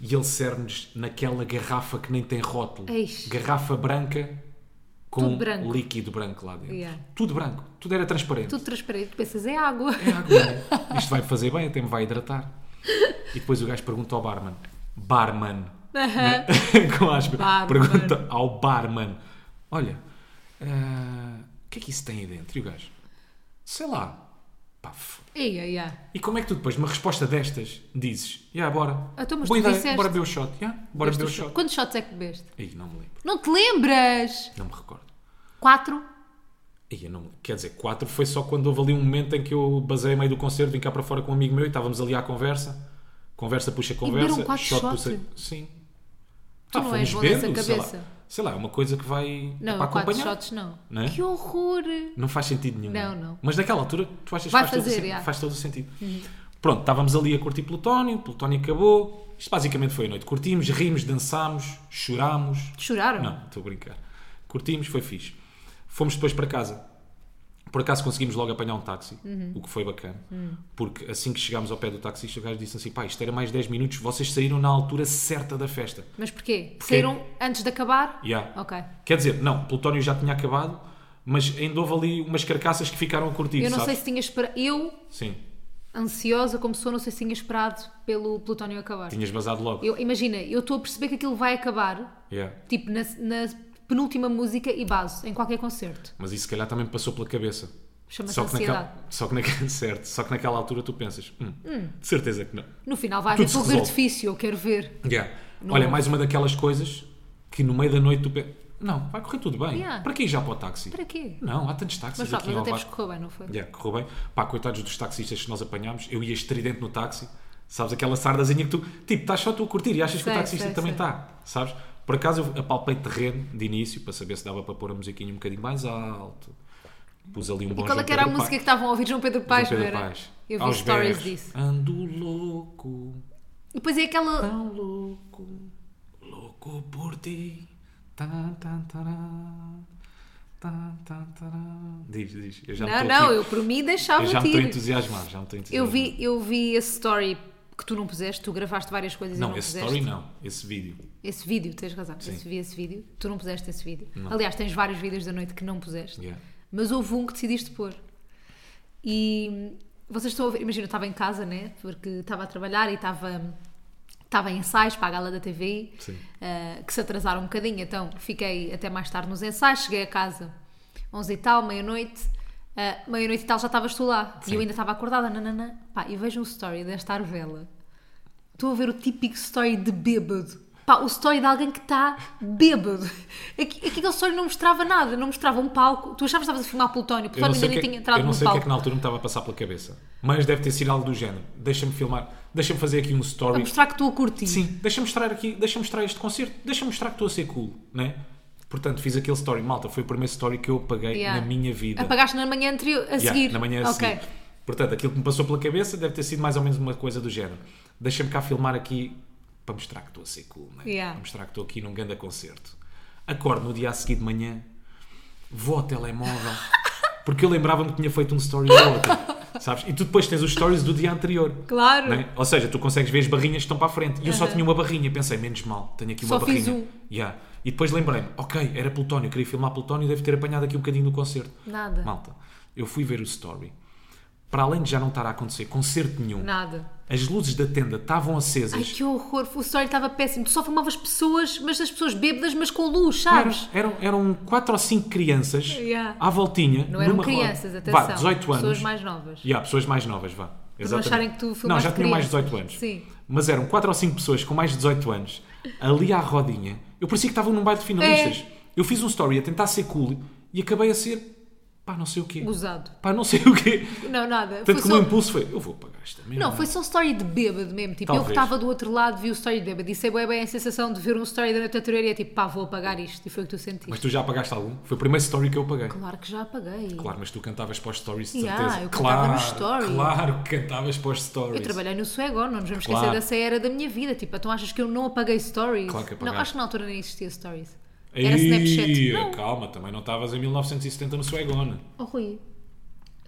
e ele serve-nos naquela garrafa que nem tem rótulo.
Eish.
Garrafa branca com
Tudo branco.
líquido branco lá dentro.
Yeah.
Tudo branco. Tudo era transparente.
Tudo transparente. Tu pensas, é água. <laughs>
É água, não é? Isto vai me fazer bem, até me vai hidratar. E depois o gajo pergunta ao barman. Barman.
Aham.
<laughs> com aspas.
Né? Barman.
Pergunta ao barman. Olha, ah, o que é que isso tem aí dentro? E o gajo? Sei lá. Paf.
Ia, ia.
E como é que tu depois de uma resposta destas dizes, já, bora,
Então, mas
boa
tu
ideia,
disseste.
bora beber o shot, já, bora beber o shot.
Quantos shots é que bebeste?
Aí não me lembro,
Não te lembras?
não me recordo.
Quatro?
Aí eu não me lembro. Quer dizer, quatro foi só quando houve ali um momento em que eu basei a meio do concerto, vim cá para fora com um amigo meu e estávamos ali à conversa, conversa puxa conversa,
beberam quatro shots?
puxa... Sim.
Tu
Ah,
não és bom dessa
sei lá.
cabeça.
Sei lá, é uma coisa que vai é
Não,
para
quatro
acompanhar.
shots não.
Não é?
Que horror!
Não faz sentido nenhum.
Não, não.
Mas naquela altura, tu achas que
Vai
faz, todo, o
fazer, Uhum.
sen-
yeah.
faz todo o sentido. Pronto, estávamos ali a curtir Plutónio, Plutónio acabou. Isto basicamente foi a noite. Curtimos, rimos, dançámos, chorámos.
Choraram?
Não, estou a brincar. Curtimos, foi fixe. Fomos depois para casa. Por acaso conseguimos logo apanhar um táxi,
Uhum.
o que foi bacana. Porque assim que chegámos ao pé do taxista, o gajo disse assim: pá, isto era mais 10 minutos, vocês saíram na altura certa da festa.
Mas porquê? Saíram antes de acabar?
Yeah.
Ok.
Quer dizer, não, Plutónio já tinha acabado, mas ainda houve ali umas carcaças que ficaram a curtir,
Eu não sei
sabes?
se tinha esperado. Eu,
Sim,
ansiosa como sou, não sei se tinha esperado pelo Plutónio acabar.
tinhas basado logo.
Eu, imagina, eu estou a perceber que aquilo vai acabar,
Yeah.
tipo, na, na penúltima música e base em qualquer concerto.
Mas isso se calhar também me passou pela cabeça.
Chama-se
Só que,
ansiedade.
naquela, só, que naquela, <laughs> certo, só que naquela altura tu pensas, "Hum, de certeza que não.
No final vai
Tudo
haver
se
fogo de
resolve.
artifício, eu quero ver.
Yeah.
Não
Olha,
houve.
mais uma daquelas coisas que no meio da noite tu pensas, não, vai correr tudo bem.
Yeah.
Para que ir já para o táxi?
Para quê?
Não, há tantos táxis
Mas só,
aqui
mas
em
até vos
Alvasco.
correu bem, não foi?
Yeah, correu bem. Pá, coitados dos taxistas que nós apanhámos, eu ia estridente no táxi, sabes? Aquela sardazinha que tu, tipo, estás só tu a curtir e achas que
Sei,
o taxista
sei,
também
sei.
está, sabes? Por acaso eu apalpei terreno de início para saber se dava para pôr a musiquinha um bocadinho mais alto. Pus ali um bom
E qual é
João
que era a
Pedro
música que estavam a ouvir João Pedro Paz,
Paz, João
não
Pedro
era?
Paz.
Eu vi
Aos
stories
berros.
disso.
Ando louco,
E depois é aquela.
tão louco, louco por ti. Tan, tan, tará, tan, tan, tará. Diz, diz. Eu já me
Não,
estou aqui-
não, eu por mim
eu
deixava-te
já me estou
ir.
entusiasmado, já me estou entusiasmado.
Eu vi, eu vi esse story que tu não puseste, tu gravaste várias coisas e
Não,
não
esse
puseste.
story não, esse vídeo.
Esse vídeo, tens razão.
Sim.
Esse, vi esse vídeo. Tu não puseste esse vídeo.
Não.
Aliás, tens vários vídeos da noite que não puseste.
Yeah.
Mas houve um que decidiste pôr. E hum, vocês estão a ouvir. Imagina, eu estava em casa, né? Porque estava a trabalhar e estava. Estava em ensaios para a gala da TV,
Sim.
ah, que se atrasaram um bocadinho, então fiquei até mais tarde nos ensaios, cheguei a casa 11 e tal, meia-noite, ah, meia-noite e tal já estavas tu lá, e
Sim.
eu ainda estava acordada, nananã, pá, e vejo um story desta Arvela, Estou a ver o típico story de bêbado. Pá, o story de alguém que está bêbado. Aqui- Aquele story não mostrava nada, não mostrava um palco. Tu achavas que estavas a filmar Plutónio,
Eu não
Plutónio ainda
sei o que
nem
é que-
tinha entrado
eu não
no
sei o que é que
palco.
na altura me estava a passar pela cabeça, mas deve ter sido algo do género. Deixa-me filmar, deixa-me fazer aqui um
Para
story.
mostrar que estou a curtir.
Sim, deixa-me mostrar aqui, deixa-me mostrar este concerto, deixa-me mostrar que estou a ser cool, né? Portanto, fiz aquele story. Malta, foi o primeiro story que eu apaguei
Yeah.
na minha vida.
Apagaste na manhã anterior, a
Yeah,
seguir.
na manhã a
Ok.
seguir. Portanto, aquilo que me passou pela cabeça deve ter sido mais ou menos uma coisa do género. Deixa-me cá filmar aqui para mostrar que estou a ser cool, né?
Yeah.
para mostrar que estou aqui num grande concerto. Acordo no dia a seguir de manhã, vou ao
<laughs>
telemóvel, porque eu lembrava-me que tinha feito um story ou outro, sabes? E tu depois tens os stories do dia anterior.
Claro.
né? Ou seja, tu consegues ver as barrinhas que estão para a frente. E eu só tinha uma barrinha, pensei, menos mal, tenho aqui uma
Só
barrinha.
fiz um.
Yeah. E depois lembrei-me, ok, era Plutónio, queria filmar Plutónio, deve ter apanhado aqui um bocadinho do concerto.
Nada.
Malta, eu fui ver o story. Para além de já não estar a acontecer concerto nenhum,
Nada.
as luzes da tenda estavam
Ai
acesas.
que horror, o story estava péssimo. Tu só filmavas pessoas, mas as pessoas bêbadas, mas com luz,
Eram,
sabes?
eram, eram quatro ou cinco crianças
Yeah.
à voltinha.
Não eram
numa roda.
crianças, atenção.
Vá, 18 anos.
Pessoas mais novas.
Yeah, pessoas mais novas, vá.
não acharem que tu
Não,
filmaste
já tinham mais de
crianças.
18 anos.
Sim.
Mas eram 4 ou 5 pessoas com mais de 18 anos, ali à rodinha. Eu parecia que estavam num baile de finalistas.
É.
Eu fiz um story a tentar ser cool e acabei a ser, pá, não sei o quê.
Gozado.
Pá, não sei <laughs> o quê.
Não, nada.
Tanto que
Foi
o meu
só-
impulso foi, eu vou pagar esta merda.
Não, foi só story de bêbado mesmo. Tipo, eu que
é? Talvez.
estava do outro lado vi o story de bêbado. Isso é bem, bem a sensação de ver um story da noite anterior e é tipo, pá, vou apagar isto. E foi o que tu sentiste.
Mas tu já apagaste algum? Foi o primeiro story que eu apaguei. Claro,
Claro que já apaguei.
mas tu cantavas para os stories, de
Yeah,
certeza.
eu cantava
claro,
nos stories.
claro que cantavas para os stories.
Eu trabalhei no Suegor, não nos vamos
Claro.
esquecer dessa era da minha vida. Tipo, então achas que eu não apaguei stories?
Claro que
não,
apagaste.
acho que na altura nem existia stories.
Ei,
Era Snapchat. Não.
Calma, também não estavas em 1970 no Swagon.
Oh, Rui.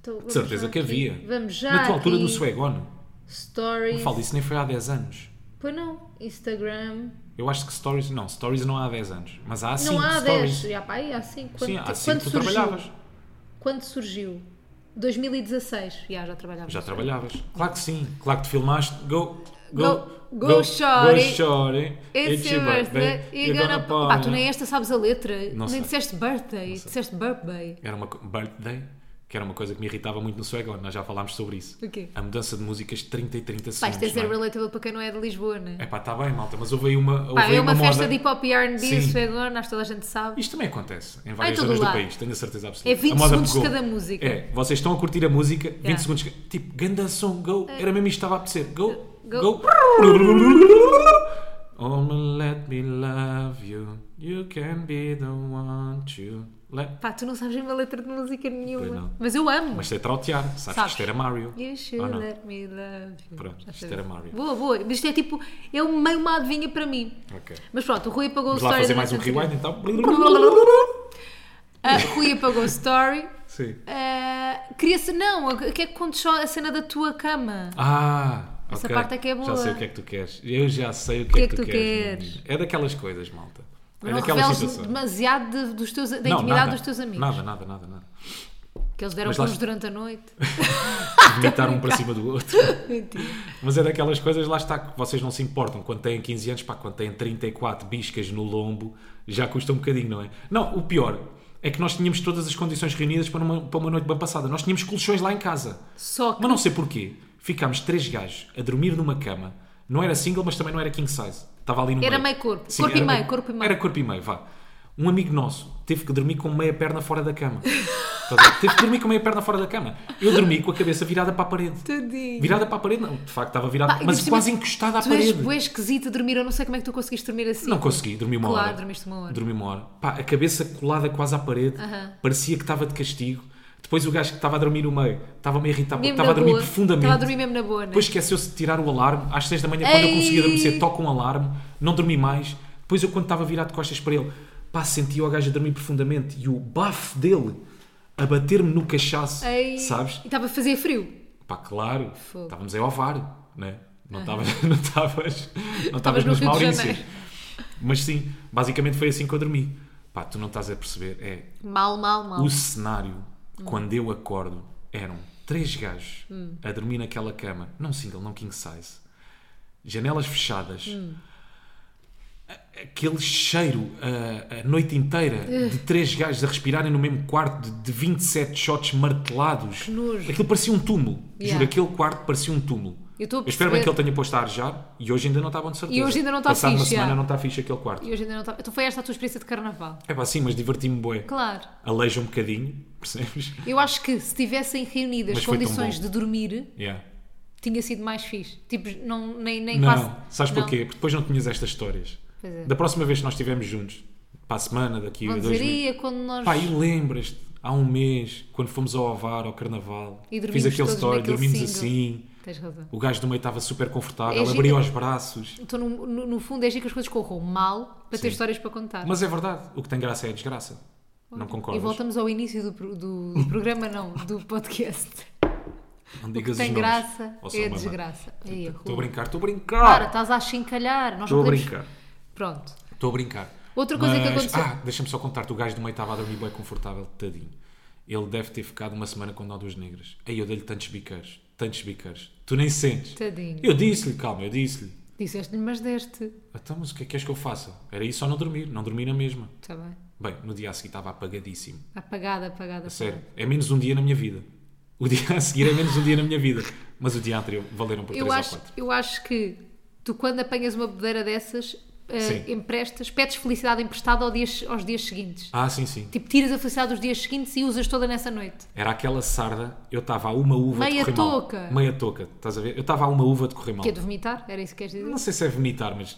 Então,
De
vamos
certeza
já
que
aqui.
havia.
Vamos já.
Na tua altura
aqui. é
do Swagon.
Stories.
Falo, isso nem foi há 10 anos.
Pois não. Instagram.
Eu acho que stories. Não, stories não há há 10 anos. Mas há 5
não há
stories.
10. Já pá, aí há 5.
Sim, há 5
quando
tu
surgiu?
trabalhavas.
Quando surgiu? 2016. Já, já trabalhava.
Já trabalhavas. Claro que sim. Claro que te filmaste. Go.
Go- go, shorty.
Go shorty.
It's your birthday, you're gonna... né? Pá, tu
party.
nem esta sabes a letra,
Não
nem
sei.
disseste birthday, disseste birthday.
Era uma co- birthday, que era uma coisa que me irritava muito no Swagon, nós já falámos sobre isso.
O quê?
A mudança de músicas de 30 e 30
Pá,
segundos.
isto é ser
não é?
relatable para quem não é de Lisboa, né?
É pá, está bem, malta, mas houve aí uma. Houve
Pá,
aí
é uma, festa
moda.
de hip hop e R&B,
Sim.
isso é agora, acho que toda a gente sabe.
Isto também acontece em várias
todo
zonas do
lado.
país, tenho a certeza absoluta.
É 20
A moda
segundos de
pegou.
cada música.
É, vocês estão a curtir a música, 20
Yeah. É.
segundos. Tipo, ganda som, go. Era mesmo isto que estava a apetecer. Go,
Go.
go. Oh, let me love you. You can be the one to let.
Pá, tu não sabes nenhuma letra de música
Pois
nenhuma.
não.
Mas eu amo.
Mas isto é trautear, sabes, que
Sabes.
isto era Mario.
You should
Ou não?
let me love you.
Pronto,
Já
isto
sabes.
era Mario.
Boa, boa. Mas isto é tipo, é um meio uma adivinha para mim.
Ok.
Mas pronto, o Rui apagou
Vamos
o
lá
story.
fazer
da
mais um
noite anterior.
rewind então.
<laughs> Ah, Rui apagou o story.
Sim.
Ah, queria-se. Não, o que é que contes só a cena da tua cama?
Ah,
Essa
ok.
parte é que é boa.
Já sei o que é que tu queres. Eu já sei o que, é que tu queres.
queres?
menino. É daquelas coisas, malta. É
não
daquelas
reveles
situações.
demasiado de- dos teus, da
Não,
intimidade
nada.
dos teus amigos.
Nada, nada, nada, nada.
Que eles deram
Mas lá
pulos
está.
durante a
<laughs>
noite.
vomitar um para cima do outro. <laughs>
Mentira.
Mas é daquelas coisas, lá está, que vocês não se importam. Quando têm 15 anos, pá, quando têm 34 biscas no lombo, já custa um bocadinho, não é? Não, o pior é que nós tínhamos todas as condições reunidas para uma, para uma noite bem passada. Nós tínhamos colchões lá em casa.
Só que
Mas não sei porquê. Ficámos três gajos a dormir numa cama. Não era single, mas também não era king size. Estava ali no
Era
meio.
meio corpo. Corpo e
era
meio, corpo e meio.
Era corpo e meio, vá. Um amigo nosso teve que dormir com meia perna fora da cama. Estás a ver? teve que dormir com meia perna fora da cama. Eu dormi com a cabeça virada para a parede.
Tadinho.
Virada para a parede, não, de facto estava virada,
Pá, e
mas
disse-me, assim,
quase encostada à
tu
parede.
és bué esquisito a dormir. Eu não sei como é que tu conseguiste dormir assim.
Não consegui, dormi uma
Claro,
hora.
dormiste uma hora.
Dormi uma hora. Pá, a cabeça colada quase à parede,
Aham.
parecia que estava de castigo. Depois o gajo que estava a dormir no meio, estava meio irritado, porque
Mesmo
estava a
na
dormir
boa.
profundamente.
Estava a dormir mesmo na boa, né?
Depois esqueceu-se de tirar o alarme. Às 6 da manhã, quando eu
Ei!
consegui adormecer, toca um alarme. Não dormi mais. Depois eu, quando estava virado de costas para ele, pá, senti o gajo a dormir profundamente e o bafo dele a bater-me no cachaço,
Ei,
sabes?
E estava a fazer frio.
Pá, claro.
Fogo.
Estávamos em Ovar, né? não estavas <laughs> não estavas não
Estavas
estavas
no
nas
Rio de
Maurícias.
Janeiro.
Mas sim, basicamente foi assim que eu dormi. Pá, tu não estás a perceber, é
Mal, mal, mal.
o cenário,
Hum.
quando eu acordo, eram três gajos a dormir naquela cama, não single, não king size, janelas fechadas,
Hum.
a- aquele cheiro a, a noite inteira
Eh.
de três gajos a respirarem no mesmo quarto de, de 27 shots martelados.
nojo.
Aquilo parecia um túmulo.
Yeah.
Juro, aquele quarto parecia um túmulo.
Eu estou a
espero bem que
perceber.
ele tenha posto a arejar e hoje ainda não está bom de certeza.
E hoje ainda não está
Passado uma
fixe,
semana
yeah.
não está fixe aquele quarto.
E hoje ainda não estava. Então foi esta a tua experiência de carnaval.
É pá, sim, mas diverti-me bué.
Claro.
Aleija um bocadinho, percebes?
Eu acho que se tivessem reunidas
Mas foi tão
condições
bom.
de dormir,
Yeah. tinha
tinha sido mais fixe. Tipo, não, nem, nem
não,
quase.
sabes
não.
porquê? Porque depois não tinhas estas histórias.
Pois é.
Da próxima vez que nós estivermos juntos, para a semana, daqui a
Vão
dois
dizer,
meses.
"Ia, quando nós.
Pá, e lembras-te, há um mês, quando fomos ao Ovar, ao Carnaval,
E dormimos
fiz aquele
todos
story,
naquele
dormimos
single.
assim,
Tens razão.
o gajo do meio estava super confortável,
É
ele
giro.
abriu os braços.
Então, no, no, no fundo, é giro que as coisas corram mal para ter
Sim.
histórias para contar.
Mas é verdade, o que tem graça é a desgraça. Não
E
concordas?
voltamos ao início do, pro- do-
<laughs>
do programa, não, do podcast.
não
O que
digas os
tem
nomes.
graça
Ouça,
é a
mamãe.
desgraça. Aí,
Estou a
Estou
brincar, estou a
Claro,
brincar!
estás a achincalhar. Nós
Estou
não
a
podemos...
brincar.
Pronto.
Estou a brincar.
Outra coisa que
Mas-
aconteceu-
Ah, deixa-me só contar-te. O gajo do meio estava a dormir bem confortável, tadinho. Ele deve ter ficado uma semana com nódoas negras. Aí eu dei-lhe tantos biqueiros, tantos biqueiros. Tu nem sentes.
Tadinho.
Eu disse-lhe, calma, eu disse-lhe.
Disseste-lhe, mas deste.
Então, mas o que é que queres que eu faça? Era isso ou não dormir? Não dormi na mesma.
Está Tá bem.
Bem, no dia a seguir estava apagadíssimo.
Apagada, apagada.
A sério, é menos um dia na minha vida. O dia a seguir é menos um dia na minha vida. Mas o dia anterior valeram por
Eu
três
acho,
ou quatro.
eu acho que tu, quando apanhas uma bebedeira dessas, eh,
Sim.
emprestas, pedes felicidade emprestada ao dia- aos dias seguintes.
Ah, sim, sim.
Tipo, tiras a felicidade dos dias seguintes e usas toda nessa noite.
Era aquela sarda, eu estava a uma uva
Meia
de correr
touca.
mal. Meia toca. Estás a ver? Eu estava a uma uva de correr mal.
Que é de vomitar? Era isso que queres dizer?
Não sei se é vomitar, mas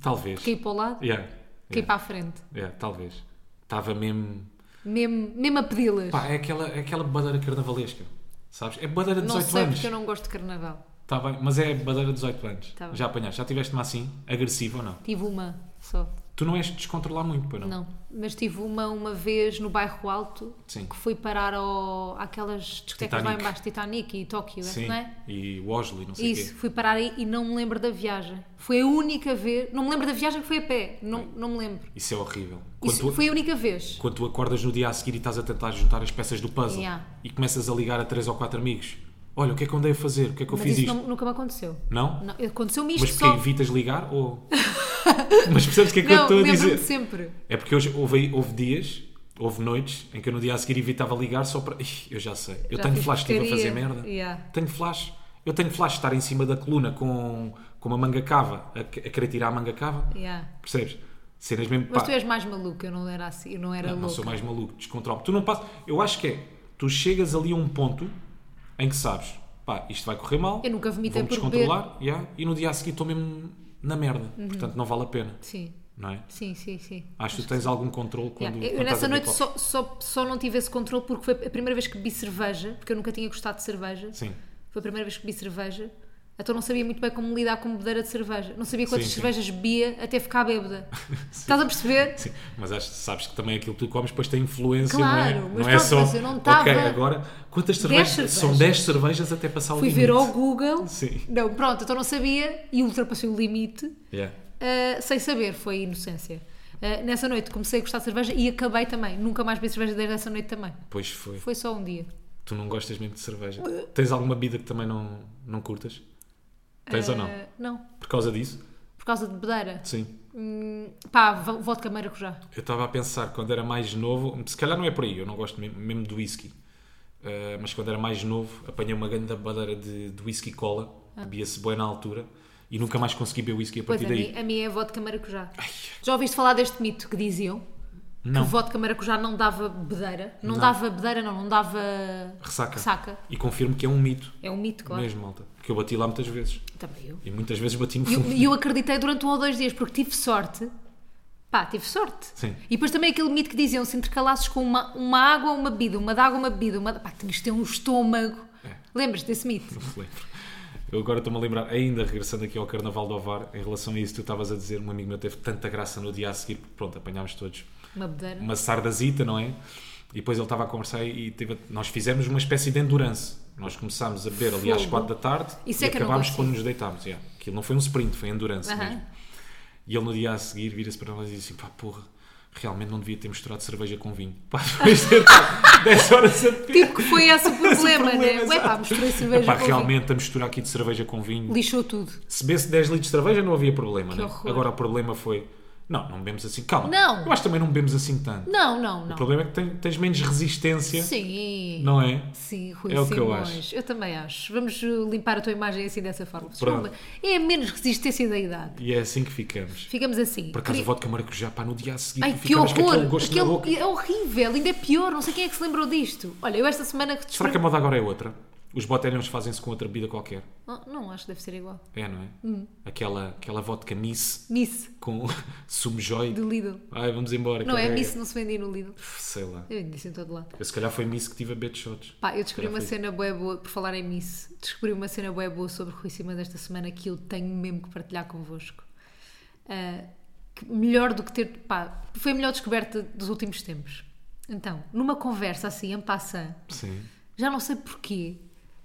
talvez.
Caí para o lado,
Yeah,
caí
yeah,
para a frente.
yeah, talvez. Estava mesmo.
Mesmo, mesmo a pedi-las.
Pá, é aquela, é aquela badeira carnavalesca. Sabes? É badeira de
Não
18
sei
anos.
porque eu não gosto de carnaval.
Tá bem, mas é badeira de 18 anos.
Tá bem.
já apanhaste, já tiveste uma assim, agressiva ou não?
Tive uma só.
Tu não és de descontrolar muito, pois não?
Não, mas tive uma uma vez no bairro Alto
Sim.
que fui parar ao, àquelas discotecas lá
Titanic.
embaixo, Titanic e Tóquio,
Sim.
não é?
E o Oslo e não sei o
Isso,
quê.
fui parar aí e não me lembro da viagem. Foi a única vez, não me lembro da viagem que foi a pé, não, não me lembro.
Isso é horrível. Quando,
Isso
tu,
foi a única vez.
quando tu acordas no dia a seguir e estás a tentar juntar as peças do puzzle
Yeah.
e começas a ligar a três ou quatro amigos. Olha, o que é que eu andei a fazer? O que é que eu
Mas
fiz
isso
isto?
não- nunca me aconteceu.
Não?
Não, Aconteceu-me isto
Mas porque
só.
evitas ligar ou.
<laughs>
Mas percebes o que é que eu
não,
estou a
lembro-me
dizer?
de sempre.
É porque hoje houve, houve dias, houve noites, em que eu no dia a seguir evitava ligar só para. Ih, eu já sei. Eu
Já
tenho
fiz
flash, estive a
porcaria.
fazer merda.
Yeah.
Tenho flash. Eu tenho flash de estar em cima da coluna com, com uma manga cava, a, que- a querer tirar a manga cava.
Yeah.
Percebes? Cenas mesmo.
Mas
pá,
tu és mais maluco, eu não era assim, eu não era
não, não
louca.
sou mais maluco, descontrolo. Tu não passas. Eu acho que é. Tu chegas ali a um ponto em que sabes, pá, isto vai correr mal.
Eu nunca vomitei
vou-me
por Uhum.
descontrolar. yeah, e no dia a seguir estou mesmo na merda. Portanto, não vale a pena.
Sim,
Não é?
sim, sim, sim.
Acho que tu tens algum controle quando.
Yeah,
quando
Eu
estás
nessa
a
noite
beber
só, só, só não tive esse controle porque foi a primeira vez que bebi cerveja, porque eu nunca tinha gostado de cerveja.
Sim.
Foi a primeira vez que bebi cerveja. Então não sabia muito bem como lidar com bebedeira de cerveja. Não sabia quantas
Sim, sim.
cervejas bebia até ficar
<laughs>
bêbada. Estás a perceber?
Sim, mas acho, sabes que também é aquilo que tu comes depois tem influência,
Claro,
não é?
mas
não é
pronto,
só.
mas eu não tava-
Ok, agora quantas cervejas?
cervejas.
São 10 cervejas até passar o
Fui
limite.
ver ao Google.
Sim.
Não, pronto, então não sabia e ultrapassei o limite
Yeah.
ah, sem saber. Foi inocência. Eh, nessa noite comecei a gostar de cerveja e acabei também. Nunca mais bebi cerveja desde essa noite também.
Pois foi.
Foi só um dia.
Tu não gostas mesmo de cerveja.
Uh.
Tens alguma bebida que também não, não curtas? Tens ou não?
Eh, não.
Por causa disso?
Por causa de bebedeira.
Sim.
Hum, pá, vo- vodka maracujá.
Eu estava a pensar, quando era mais novo, se calhar não é por aí, eu não gosto mesmo, mesmo de whisky, Uh, mas quando era mais novo, apanhei uma grande badeira de, de whisky cola, bebia-se bem na altura, e nunca mais consegui beber whisky a
Ah. Pois
partir
a
daí.
mim, a mim é vodka maracujá. Já ouviste falar deste mito que diziam?
Não.
Que vodka maracujá não dava bedeira. Não,
Não.
dava bedeira, não. Não dava
Ressaca.
ressaca.
E confirmo que é um mito,
É um mito, claro.
mesmo, malta. Porque eu bati lá muitas vezes.
Também eu.
E muitas vezes bati no
E eu,
fundo.
e eu acreditei durante um ou dois dias, porque tive sorte. Pá, tive sorte.
Sim.
E depois também aquele mito que diziam, se intercalasses com uma, uma água, uma bebida, uma de água, uma bebida, uma... Pá, tinhas de ter um estômago.
É.
Lembras desse mito?
Não me lembro. Eu agora estou-me a lembrar, ainda regressando aqui ao Carnaval do Ovar, em relação a isso, tu estavas a dizer, um amigo meu teve tanta graça no dia a seguir, porque pronto, apanhámos todos
Uma bedeira.
uma sardazita, não é? E depois ele estava a conversar e teve, a- nós fizemos uma espécie de endurance. Nós começámos a beber ali às
Fogo.
4 da tarde
Isso
e
é que eu não
acabámos
consigo.
quando nos deitámos. Yeah. Aquilo não foi um sprint, foi endurance
Aham.
mesmo. E ele no dia a seguir vira-se para nós e diz assim: pá, porra, realmente não devia ter misturado cerveja com vinho. <laughs> Pá, depois de 10 horas a beber.
Tipo que foi
<laughs>
esse o problema,
é problema,
né? Ué, pá,
exato.
misturei cerveja
Epá,
com
realmente a mistura aqui de cerveja com vinho.
vinho. Lixou tudo.
Se bebesse 10 litros de cerveja não havia problema, né?
horror.
Agora o problema foi. Não, não bebemos assim. Calma.
Não.
Eu acho que também não bebemos assim tanto.
Não, não,
O
não.
problema é que tem- tens menos resistência,
Sim.
não é?
Sim, Rui
É o que eu
Simões.
acho.
Eu também acho. Vamos uh, limpar a tua imagem assim dessa forma.
Pronto.
É a menos resistência da idade.
E é assim que ficamos.
Ficamos assim.
Por acaso,
Queria-
o vodka maracujá, pá, no dia a seguir,
Ai,
tu
que
ficavas com
horror!
aquele gosto na
Aquele-
boca.
É horrível, ainda é pior. Não sei quem é que se lembrou disto. Olha, eu esta semana que
Será
descobri...
que a moda agora é outra? Os botelhões fazem-se com outra bebida qualquer.
Não, Oh, não, acho que deve ser igual.
É, não é?
Hum.
Aquela, aquela vodka Miss
Miss,
com <laughs> sumo joy.
de Lidl.
Ai, vamos embora.
Não, é
carrega.
Miss, não se vendia no Lidl.
Sei lá.
Eu disse em todo lado.
Eu se calhar foi Miss que tive a beber de shots.
Pá, eu descobri
Já
uma
foi.
cena boa boa, por falar em Miss, descobri uma cena boa boa sobre Rui Simões esta semana que eu tenho mesmo que partilhar convosco. Ah, que melhor do que ter. Pá, foi a melhor descoberta dos últimos tempos. Então, numa conversa assim, em passant,
Sim.
já não sei porquê,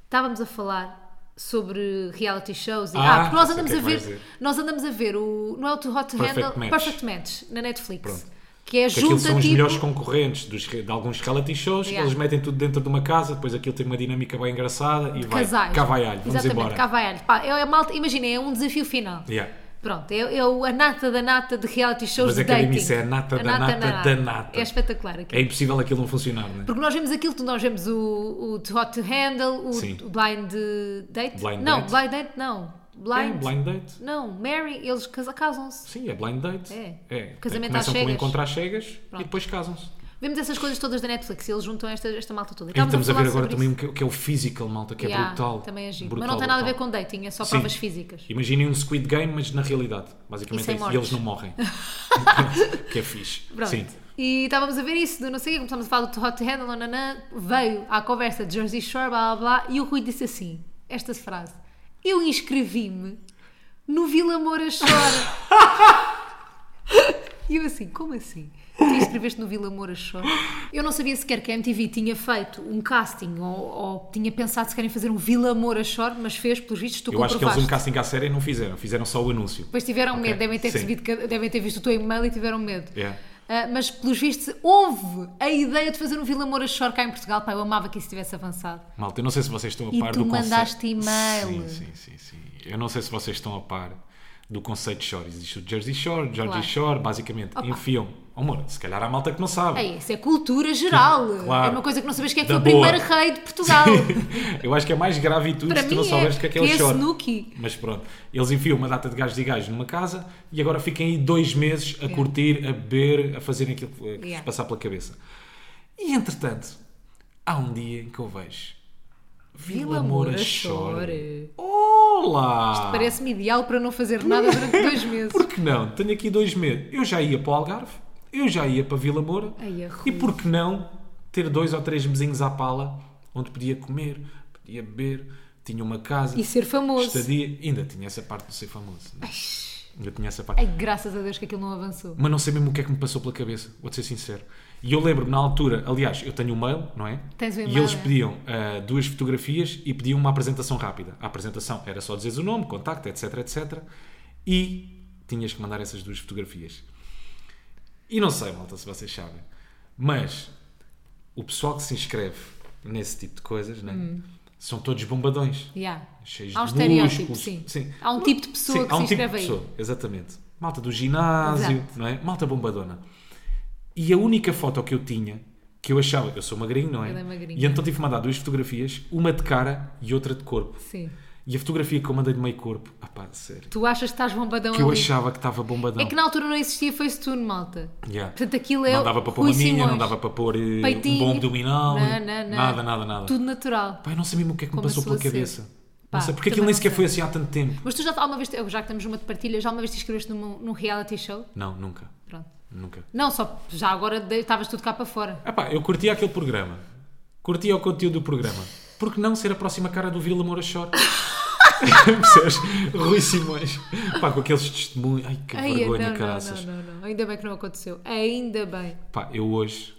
estávamos a falar sobre reality shows e
Ah,
ah, porque nós
já sei o
andamos
que é
a
que vais
ver,
dizer.
nós andamos a ver o não é o Too Hot to
Perfect
Handle,
Match.
Perfect Match na Netflix.
Pronto.
Que é
Que aquilo
junta
são os melhores
tipo,
concorrentes dos, re- de alguns reality shows,
Yeah.
eles metem tudo dentro de uma casa, depois aquilo tem uma dinâmica bem engraçada e vai.
casais.
Cá vai alho, vamos
Exatamente,
embora.
cá vai alho. Pá, é, é malta, imagina, é um desafio final.
Yeah.
Pronto, é, é o- a nata da nata de reality shows
Mas
de
é que a
dating.
premissa é a nata da nata da nata.
É espetacular aquilo.
É impossível aquilo não funcionar, não é?
Porque nós vemos aquilo, nós vemos o, o Too Hot to Handle, o
Sim.
Blind Date.
Blind
não,
Date.
Blind Date não.
É
Blind,
blind date.
Não, Mary, eles casa- casam-se.
Sim, é blind date.
É. Casamento
Casamento
às
Começam com um
cegas.
encontro às cegas e
Pronto.
depois casam-se.
Vemos essas coisas todas da Netflix e eles juntam esta, esta malta toda.
E estamos a
Então, falar
ver agora
sobre
também
isso.
o que, o que é o physical, malta, que é
Yeah,
brutal.
Também é giro.
Brutal,
Mas não tem nada a ver
brutal.
com dating, é só
Sim.
provas físicas.
Imaginem um Squid Game, mas na realidade. Basicamente
E sem
é isso. E
mortes.
eles
<laughs>
não morrem. <laughs> que é fixe.
Pronto.
Sim.
E estávamos a ver isso, do não sei o quê, começámos a falar do Hot Handle, nananã, veio à conversa de Jersey Shore, blá blá blá, e o Rui disse assim: esta frase, eu inscrevi-me no Vila Moura Shore. <laughs> e eu assim, como assim? Tu inscreveste no Vila Moura Shore? Eu não sabia sequer que a MTV tinha feito um casting ou, ou tinha pensado se querem fazer um Vila Moura Shore, mas fez, pelos vistos, tu
Eu acho que eles um
comprovaste.
casting à série não fizeram. Fizeram só o anúncio.
Depois tiveram
Ok,
medo, devem ter,
sim.
recebido, que- devem ter visto o teu e-mail e tiveram medo.
Yeah.
Ah, mas, pelos vistos, houve a ideia de fazer um Vila Moura Shore cá em Portugal. Pá, eu amava que isso tivesse avançado.
Malta, eu não sei se vocês estão a
E
par
tu
do conceito.
mandaste e-mail.
Sim, sim, sim, sim. Eu não sei se vocês estão a par do conceito de Shore. Existe o Jersey Shore, Jersey
Claro.
Shore, basicamente,
Opa.
em filme. Oh, amor, se calhar há malta que não sabe.
É isso, é cultura geral.
Claro.
É uma coisa que não sabes quem é que
Da
foi o
boa.
primeiro rei de Portugal.
<laughs> Eu acho que é mais grave e tudo
<laughs> Para
se tu não
mim
souberes
é,
o que é que é
que
o
é
Shore.
snooki.
Mas pronto, eles enfiam uma data de gajos e gajos numa casa e agora fiquem aí dois meses a curtir, a beber, a fazerem aquilo que vos
Yeah.
passar pela cabeça. E entretanto, há um dia em que eu vejo Vila Moura Shore. Olá!
Parece-me ideal para não fazer nada durante
<laughs>
dois meses.
Por que não? Tenho aqui dois meses. Eu já ia para o Algarve, eu já ia para Vila Moura.
Ai, é
e
ruim.
por que não ter dois ou três mesinhos à pala onde podia comer, podia beber, tinha uma casa,
E ser famoso.
estadia. Ainda tinha essa parte de ser famoso. né? Ainda tinha essa parte.
Ai, graças a Deus que aquilo não avançou.
Mas não sei mesmo o que é que me passou pela cabeça, vou-te ser sincero. E eu lembro-me na altura, aliás, eu tenho um mail, não é?
Tens um
E
e-mail,
eles
é?
pediam ah, duas fotografias e pediam uma apresentação rápida. A apresentação era só dizeres o nome, contacto, etc, etc. E tinhas que mandar essas duas fotografias. E não sei, malta, se vocês sabem. Mas o pessoal que se inscreve nesse tipo de coisas, né? São todos bombadões.
Yeah.
Cheios
Hum. Há um
de
estereótipo,
músculos.
sim.
Sim.
Há um tipo de pessoa
Sim,
que
há um
se
tipo de
inscreve aí.
pessoa, exatamente. Malta do ginásio,
Exato.
não é? Malta bombadona. E a única foto que eu tinha, que eu achava, eu sou magrinho, não é?
Ele é magrinho.
E então tive que mandar duas fotografias, uma de cara e outra de corpo.
Sim.
E a fotografia que eu mandei de meio corpo, ah pá, sério,
Tu achas que estás bombadão
que eu
ali.
achava que estava bombadão.
É que na altura não existia Facetune, malta.
Yeah.
Portanto, aquilo é
Não dava para pôr
Rui
uma minha,
Simões.
não dava para pôr eh, um
Peitinho.
bom abdominal,
Não, não, não.
nada, nada, nada.
Tudo natural.
Pá, eu não sei mesmo o que é que
Como
me passou
passou
pela
a ser.
cabeça.
Pá,
não sei, porque
também
aquilo
não
nem sequer
sei.
foi assim há tanto tempo.
Mas tu já alguma vez, já que estamos numa de partilha, já alguma vez te inscreveste num, num reality show?
Não, nunca,
Pronto.
nunca.
Não, só já agora de- estavas tudo cá para fora.
Ah pá, eu curtia aquele programa. Curtia o conteúdo do programa. Por que não ser a próxima cara do Vila
<laughs>
Moura Shore? Percebes? Rui Simões. Pá, com aqueles testemunhos. Ai, que
Ai,
vergonha,
não,
caraças.
não, não, não, não. Ainda bem que não aconteceu. Ainda bem.
Pá, eu hoje,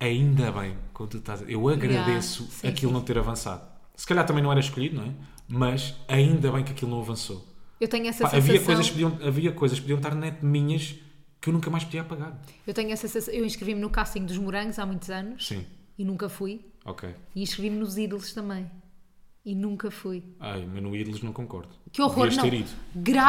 ainda bem, quando tu estás. Eu agradeço
Yeah, sim,
aquilo não ter avançado. Se calhar também não era escolhido, não é? Mas ainda bem que aquilo não avançou.
Eu tenho essa
Pá,
sensação.
havia, coisas que podiam, havia coisas que podiam estar net minhas que eu nunca mais podia apagar.
Eu tenho essa sensação. Eu inscrevi-me no casting dos morangos há muitos anos
Sim,
e nunca fui.
ok.
E inscrevi-me nos ídolos também. E nunca fui.
Ai, mas no Ídolos não concordo.
Que horror,
Devias
não.
ter ido. Devias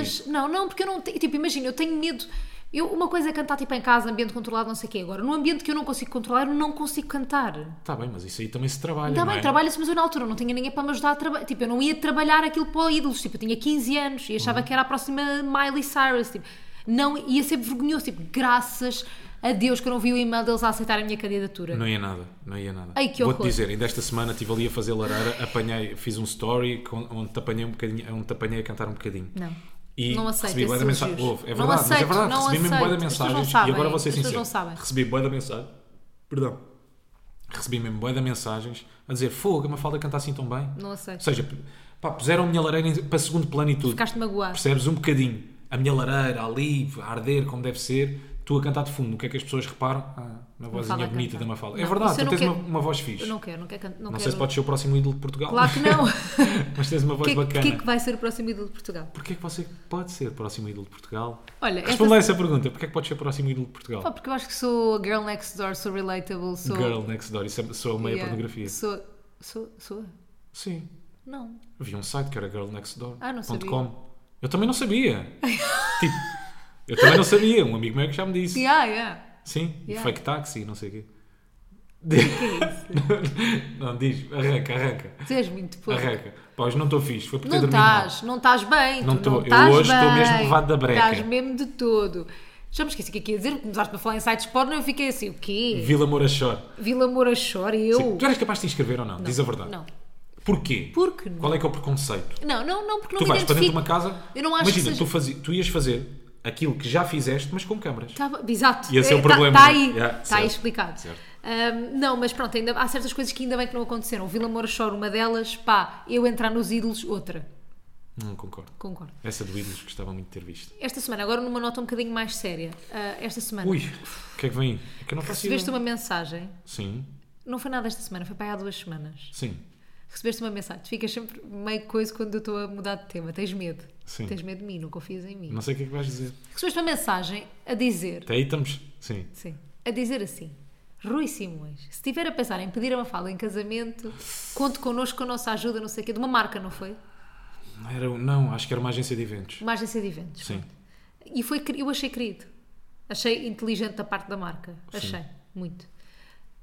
Graças. Não, não, porque eu não tenho. Tipo, imagina, eu tenho medo. Eu, uma coisa é cantar tipo em casa, ambiente controlado, não sei o quê. Agora, num ambiente que eu não consigo controlar, eu não consigo cantar.
Está Tá bem, mas isso aí também se trabalha.
Está
não
Tá bem,
é?
trabalha-se, mas eu na altura não tinha ninguém para me ajudar a trabalhar. Tipo, eu não ia trabalhar aquilo para o ídolos. Tipo, eu tinha 15 anos e
Uhum.
achava que era a próxima Miley Cyrus. Tipo, não, ia ser vergonhoso. Tipo, graças a Deus que eu não vi o e-mail deles a aceitar a minha candidatura.
Não ia nada, não ia nada.
Ai, que
Vou-te
horror.
dizer, ainda esta semana estive ali a fazer lareira, apanhei, fiz um story com- onde te apanhei, um bocadinho, onde te apanhei a cantar um bocadinho.
Não.
E
Não aceito
recebi bué da
esses
mensagem.
elogios.
Ouve, é
Não
verdade, mas é
aceito,
verdade.
não
recebi mesmo bué da
aceito. As pessoas não
mensagens.
sabem,
E agora vou ser
as pessoas
sincero.
não sabem.
Recebi bué da mensagem. Perdão. Recebi mesmo bué da mensagens a dizer fogo, a Mafalda canta assim tão bem.
Não
Ou
aceito.
seja, pá, puseram a minha lareira em- para segundo plano e tudo.
Ficaste magoado.
Percebes um bocadinho a minha lareira ali, a arder como deve ser, tu a cantar de fundo. O que é que as pessoas reparam? Ah, na vozinha
a
bonita
cantar.
da Mafalda. é
Não,
verdade,
isso eu
tu
não
tens
quero-
uma, uma voz
Eu
fixe. Não,
não quero, não quero cantar. Não,
sei
quero.
se podes ser o próximo ídolo de Portugal.
Claro que não.
<laughs> Mas tens uma voz
que,
bacana.
que é que vai ser o próximo ídolo de Portugal?
Porquê é que você pode ser o próximo ídolo de Portugal?
Olha,
Responda a essa pergunta. Porquê é que podes ser o próximo ídolo de Portugal?
Pá, porque eu acho que sou a girl next door, sou relatable, sou.
Girl Next Door. Isso é, sou meia
Yeah.
pornografia.
Sou. Sou. Sou.
Sim.
Não.
Havia um site que era girlnextdoor.com.
Ah, não sabia.
Eu também não sabia. tipo, eu também não sabia. Um amigo meu é que já me disse.
<laughs> Yeah, yeah.
Sim, e
Yeah.
fake taxi, não sei o quê.
Que é isso?
<laughs> não, diz, arranca, arranca.
Tu és muito porra.
Arranca. Pá, hoje não estou fixe, foi por ter
Não
dormido mal.
estás, não estás bem.
Não
tu
tô.
não
Eu
estás
hoje tô
bem.
mesmo levado da breca.
Estás mesmo de todo. Já me esqueci o que é que ia dizer, começaste a falar em sites porno eu fiquei assim, o quê?
Vila Moura Shore.
Vila Moura chora e
Hum. Sim,
eu.
Tu eras capaz de te inscrever ou não? Diz a verdade.
Não.
Porquê?
Porque não?
Qual é que é o preconceito?
Não, não, não, porque não
tu
me
vais para dentro
identifico.
de uma casa.
Eu não acho
imagina,
que
tu,
seja-
fazi- tu ias fazer aquilo que já fizeste, mas com câmaras.
Tá- exato.
E esse é o
Tá-
problema,
Tá
né?
aí,
Yeah,
tá aí
certo.
explicado.
Certo.
Ahm, não, mas pronto, ainda, há certas coisas que ainda bem que não aconteceram. O Vila Moura chora uma delas, pá, eu entrar nos ídolos, outra.
Não concordo.
Concordo.
Essa do ídolos gostava muito de ter visto.
Esta semana, agora numa nota um bocadinho mais séria. Ah, esta semana,
Ui, o que é que vem? aí? É que eu não faço
recebeste
ideia.
uma mensagem,
Sim,
não foi nada esta semana, foi para aí há duas semanas.
sim.
Recebeste uma mensagem, tu ficas sempre meio coisa quando eu estou a mudar de tema, tens medo.
Sim.
Tens medo de mim, não confias em mim.
Não sei o que é que vais dizer.
Recebeste uma mensagem a dizer
Até aí estamos. Sim.
Sim. A dizer assim: Rui Simões, se estiver a pensar em pedir a Mafalda em casamento, conte connosco com a nossa ajuda, não sei o quê, de uma marca, não foi?
Não Era, não, acho que era uma agência de eventos.
Uma agência de eventos.
Sim.
E foi, queri- eu achei querido. Achei inteligente da parte da marca. Achei, muito.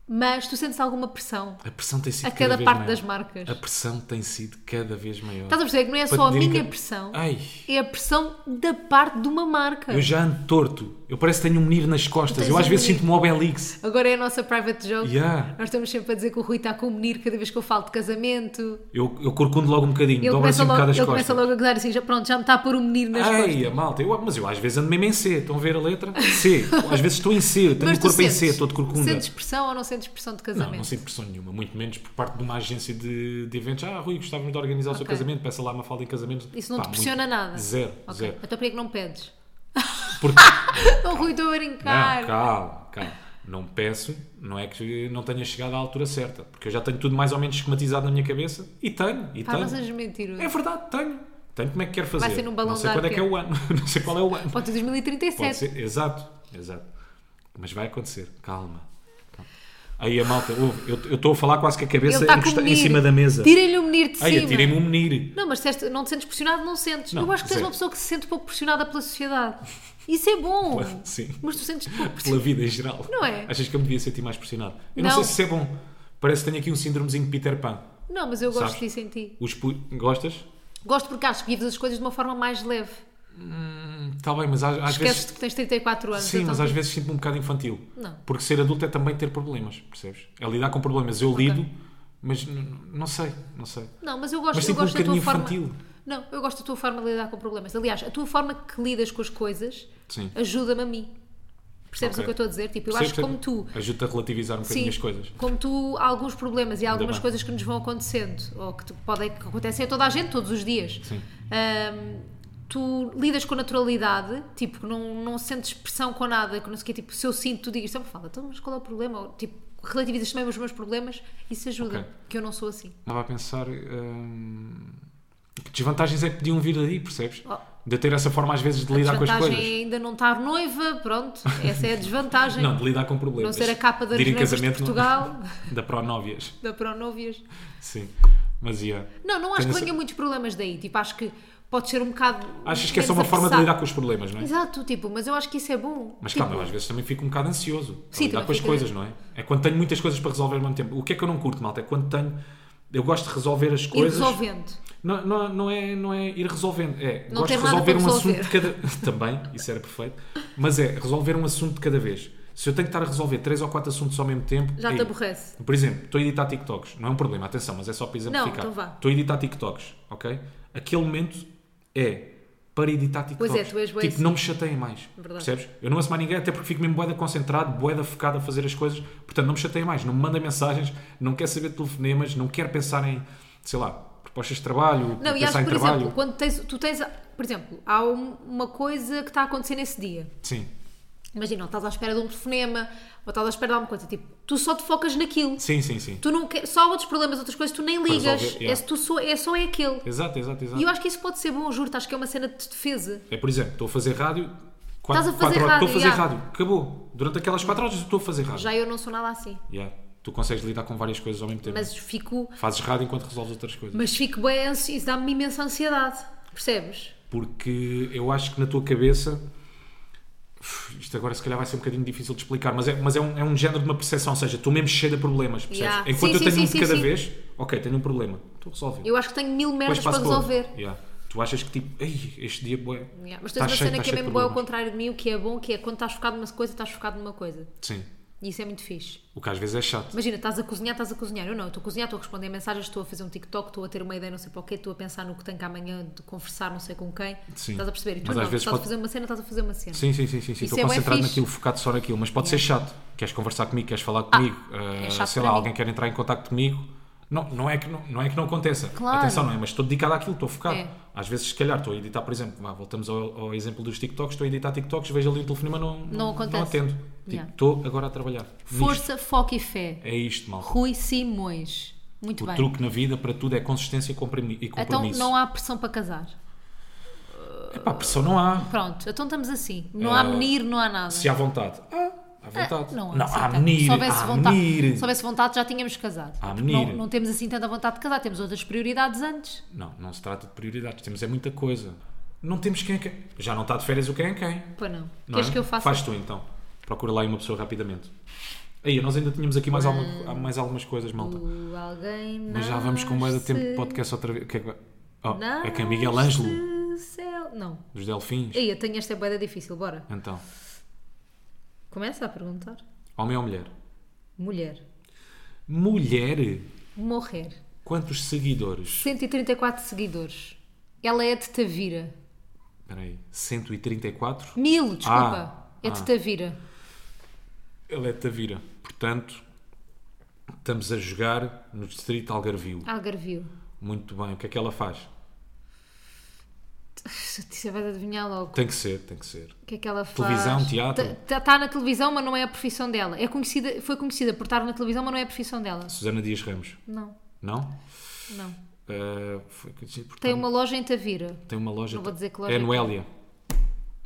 Mas tu sentes alguma pressão?
A pressão tem sido
A
cada
cada
vez
parte
maior.
das marcas.
A pressão tem sido cada vez maior.
Estás a perceber que não é
Para
só a
terem
minha
que-
pressão,
Ai,
é a pressão da parte de uma marca.
eu já ando torto. Eu parece que tenho um menino nas costas.
Tens
Eu às
um
vezes
menino.
sinto-me Obelix.
Agora é a nossa private joke.
Yeah.
Nós estamos sempre a dizer que o Rui está com o menino cada vez que eu falo de casamento.
Eu, eu corcundo logo um bocadinho.
Ele,
Dobro assim
começa
um
logo,
bocado as
ele
costas.
começa logo a gozar assim, já, pronto, já me está a pôr o menino nas costas.
Ai, a malta. Eu, mas eu às vezes ando mesmo em C. Estão a ver a letra?
<laughs>
C. Às vezes estou em C. Tenho
Mas
o
tu
um corpo em C. Estou de corcunda.
Sentes pressão ou não sentes pressão de
Não,
casamento?
não sinto pressão nenhuma, muito menos por parte de uma agência de, de eventos. Ah, Rui, gostávamos de organizar o seu
Ok.
casamento, peça lá uma falda em casamento.
Isso não
Pá,
te
muito-
pressiona nada?
Zero,
Ok. <laughs>
zero.
Então porquê que não pedes?
Porque,
Oh, Rui, estou a brincar.
não, calma, calma. Não peço, não é que não tenha chegado à altura certa, porque eu já tenho tudo mais ou menos esquematizado na minha cabeça e tenho, e
Pá, não
tenho.
sejas mentiroso.
É verdade, tenho. Tenho como é que quero fazer.
ser num balão
<laughs> não
de
sei
ar
quando é que é
quente.
o ano, não sei qual é o ano.
Pode ser
Pode
2037.
ser, exato. Exato. Mas vai acontecer, calma. Calma. Aí a malta, ouve, eu eu estou a falar quase é que a cabeça
Ele está com o
encosta- em
menir.
cima da mesa.
Tirem-lhe o menir de
Ai,
cima.
atirem-me um menir.
Não, mas disseste, não te sentes pressionado, não sentes.
Não,
eu acho que tens
zero.
uma pessoa que se sente pouco pressionada pela sociedade. Isso é bom.
<laughs> Sim.
Mas tu sentes pouco
Pela
pressionado.
vida em geral.
Não é?
Achas que eu me devia sentir mais pressionado? Eu não,
Não.
sei se isso é bom. Parece que tenho aqui um síndromezinho de Peter Pan.
Não, mas eu gosto
Sabes?
disso em ti.
Os pu... Gostas?
Gosto porque acho que vives as coisas de uma forma mais leve.
Está Tá bem, mas às, às
Esqueces
vezes.
que tens 34 anos.
Sim,
então
mas
tu-
às vezes sinto-me um bocado infantil.
Não.
Porque ser adulto é também ter problemas, percebes? É lidar com problemas. Eu lido, mas n- n- não sei, não sei.
Não, mas eu gosto,
Mas
eu
sinto-me
gosto
um
da tua
bocadinho
forma.
infantil.
Não, eu gosto da tua forma de lidar com problemas. Aliás, a tua forma que lidas com as coisas
Sim.
ajuda-me a mim. Percebes
Ok.
o que eu estou a dizer? Tipo, eu
Percebo,
acho que como
percebo.
tu.
Ajuda-te a relativizar um bocadinho as coisas.
Como tu, há alguns problemas e há algumas
bem.
coisas que nos vão acontecendo, ou que, te podem, que acontecem a toda a gente todos os dias.
Sim.
Ahm, tu lidas com naturalidade, tipo, que não, não sentes pressão com nada, que não sei o quê, tipo, se eu sinto, tu digas, sempre fala, então, mas qual é o problema? Ou, tipo, relativizas também os meus problemas, isso ajuda,
Ok.
que eu não sou assim.
Estava a pensar. hum, que desvantagens é que podiam vir daí, percebes?
Oh.
De eu ter essa forma às vezes de
A
lidar com as
desvantagem
coisas.
é ainda não estar noiva, pronto, essa é a desvantagem.
<laughs> Não, de lidar com problemas.
Não ser a capa das
De ir em
noivas de
casamento, não-
Portugal.
<laughs> da Pronovias.
Da Pronovias.
Sim. Mas ia.
Não, não acho
Tenho
que
essa-
venha muitos problemas daí. Tipo, acho que pode ser um bocado.
Achas que é só uma
menos
forma de
apressado.
lidar com os problemas, não é?
Exato, tipo, mas eu acho que isso é bom.
Mas
tipo,
calma, eu às vezes também fico um bocado ansioso a
Sim,
lidar
também
com as
fica-
coisas, não é? É quando tenho muitas coisas para resolver ao mesmo tempo. O que é que eu não curto, malta? É quando tenho. Eu gosto de resolver as
Ir
coisas.
resolvendo.
Não, não, não, é, não é ir resolvendo. É,
Não
gosto
ter
de
nada
resolver
para
um assunto de cada <laughs> Também, isso era perfeito. Mas é resolver um assunto de cada vez. Se eu tenho que estar a resolver três ou quatro assuntos ao mesmo tempo.
Já te
ei,
aborrece.
Por exemplo, estou a editar TikToks. Não é um problema, atenção, mas é só para exemplificar.
então vá.
Estou a editar TikToks, ok? Aquele momento é para editar TikToks.
Pois é, tu és bué
Tipo,
assim.
não me chateiem mais.
Verdade.
Percebes? Eu não ouço mais ninguém, até porque fico mesmo boeda concentrado, boeda focado a fazer as coisas. Portanto, não me chateiem mais. Não me mandem mensagens, não quero saber de telefonemas, não quero pensar em, sei lá, propostas de trabalho,
Não, e acho
pensar
que,
em
por
trabalho.
exemplo, quando tens, tu tens. Por exemplo, há um- uma coisa que está a acontecer nesse dia.
Sim,
Imagina, ou estás à espera de um telefonema, ou estás à espera de alguma coisa. Tipo, tu só te focas naquilo.
sim, sim, sim.
Tu não quer, só outros problemas, outras coisas, tu nem ligas.
resolver,
é,
yeah.
se tu só, é só é aquele.
Exato, exato, exato.
E eu acho que isso pode ser bom, juro-te, acho que é uma cena de defesa.
É, por exemplo, estou a fazer rádio.
Estás a fazer
quatro horas-
rádio,
Estou a fazer
já.
rádio. Acabou. Durante aquelas 4 horas eu estou a fazer rádio.
Já eu não sou nada assim.
Yeah. Tu consegues lidar com várias coisas ao mesmo tempo.
Mas fico,
Fazes rádio enquanto resolves outras coisas.
mas fico bem ansioso, isso dá-me imensa ansiedade. Percebes?
Porque eu acho que na tua cabeça. Uf, Isto agora se calhar vai ser um bocadinho difícil de explicar, mas é, mas é, um, é um género de uma percepção, ou seja, tu mesmo cheio de problemas, percebes?
Yeah.
Enquanto
Sim,
eu
sim,
tenho
sim,
um de
sim,
cada
sim.
vez, ok, tenho um problema, tu resolve.
Eu acho que tenho mil merdas para
passo para outro.
resolver.
Yeah. Tu achas que tipo, ei, este dia bué,
Yeah, Mas tens
tá
uma
cheio-
cena
tá
que é
cheio de
mesmo boa ao
problemas.
contrário de mim, o que é bom, que é quando estás focado numa coisa, estás focado numa coisa.
Sim,
E isso é muito fixe.
o que às vezes é chato.
Imagina, estás a cozinhar, estás a cozinhar. Eu não, eu estou a cozinhar, estou a responder mensagens, estou a fazer um TikTok, estou a ter uma ideia não sei para o quê, estou a pensar no que tenho que amanhã de conversar não sei com quem.
Sim.
Estás a perceber? E tu
Mas às
não,
vezes
estás a
pode-
fazer uma cena, estás a fazer uma cena.
Sim, sim, sim, sim, sim.
Isso
estou
é bué
concentrado
fixe. É.
naquilo, focado só naquilo, mas pode ser chato. Queres conversar comigo, queres falar comigo, eh,
Ah, chato
sei
para mim.
lá, alguém quer entrar em contato comigo. Não, não, é que não, não é que não aconteça.
Claro.
Atenção, não é? Mas estou dedicado àquilo, estou focado.
É.
Às vezes, se calhar, estou a editar, por exemplo, vá, voltamos ao, ao exemplo dos TikToks, estou a editar TikToks, vejo ali um telefonema, não,
Não acontece.
atendo. Tipo,
Yeah.
Estou agora a trabalhar. Nisto.
Força, foco e fé.
É isto, mal.
Rui Simões. Muito
O
bem.
truque na vida para tudo é consistência e comprimi- e
Então
um compromisso.
não há pressão para casar.
Epá, pressão não há.
Pronto, então estamos assim. Não há menir, não há nada.
Ah, Se há vontade. Há, há vontade.
Ah, não, há,
não
sim,
há
tá.
menir.
Se houvesse,
há
vontade,
menir.
se houvesse vontade, já tínhamos casado.
Há
Porque
menir.
não, não temos assim tanta vontade de casar, temos outras prioridades antes.
Não, não se trata de prioridades. Temos é muita coisa. Não temos quem é quem. Já não está de férias o quem é quem.
Pois não.
não
Queres
é?
que eu faça?
Faz tu então. Procura lá aí uma pessoa rapidamente. Aí, nós ainda tínhamos aqui mais,
Hum.
alguma- mais algumas coisas, malta.
Tu, alguém
Mas já vamos com mais de tempo de
nasce-
podcast outra vez. O que é que vai- Oh, é que
nasce
é Miguel Ângelo,
céu- Não.
dos Delfins.
Ei, eu tenho esta boeda difícil, bora.
Então,
Começa a perguntar.
homem ou mulher?
Mulher.
Mulher,
Morrer.
quantos seguidores?
134 seguidores. Ela é de Tavira.
Espera aí, 134?
Mil, desculpa.
Ah,
é de
ah.
Tavira.
Ele é de Tavira. Portanto, estamos a jogar no distrito Algarvio.
Algarvio. <laughs>
Muito bem. O que é que ela faz?
Você vai é adivinhar logo
Tem que ser, tem que ser.
o que é que ela faz.
Televisão, teatro?
Está na televisão, mas não é a profissão dela. É conhecida, foi conhecida por estar na televisão, mas não é a profissão dela.
Susana Dias Ramos.
Não,
Não?
não.
Ah, foi, que eu disse, portanto,
Tem uma loja em Tavira.
tem uma loja.
não vou dizer que loja
é
é que
Noélia.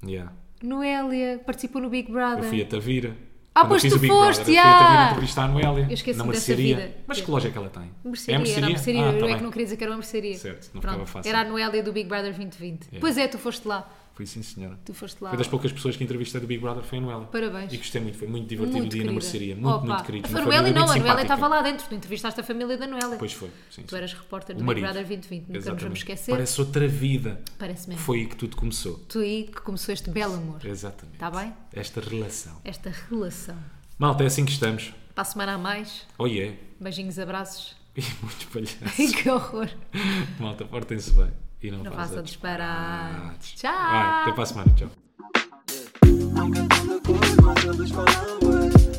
Yeah.
Noélia participou no Big Brother.
Eu fui a Tavira.
Ah,
Quando eu
pois
fiz
tu
o Big Brother,
foste,
eu Fui a Tavira
já.
entrevistar a Noélia.
Eu esqueci
na
dessa
mercearia.
vida.
Mas que loja é Ah, tá que ela tem?
Mercearia, era a mercearia, eu é que não queria dizer que era uma mercearia.
Certo, não
Pronto,
ficava fácil.
Era a Noélia do Big Brother 2020. Pois é, tu foste lá.
Fui sim, senhora.
Tu foste lá.
Foi das poucas pessoas que entrevistei do Big Brother, foi a Noélia.
Parabéns.
E gostei muito, foi muito divertido o
Muito
dia na
querida.
mercearia. Muito,
Opa,
muito querido.
Foi
Uma
a Noélia
família
não, a
muito
Noélia estava
simpática.
lá dentro. Tu entrevistaste a família da Noélia.
Pois foi, sim.
Tu eras repórter
O
do Big
marido.
Brother 2020. Nunca nos vamos
Exatamente.
esquecer.
Parece outra vida.
Parece mesmo.
Foi aí que tudo começou.
Tu aí que começou este belo amor.
Exatamente.
Tá bem?
Esta relação.
Esta relação.
Malta, é assim que estamos.
Para a semana a mais.
Oh yeah. <laughs>
Beijinhos, abraços. <laughs>
E muitos palhaços. <laughs>
que horror.
Malta, portem-se bem. E não,
Não
façam Ah,
façam disparates. Tchau.
Vai, até para a semana. Tchau.
I'm good on the court, my girl is fine, but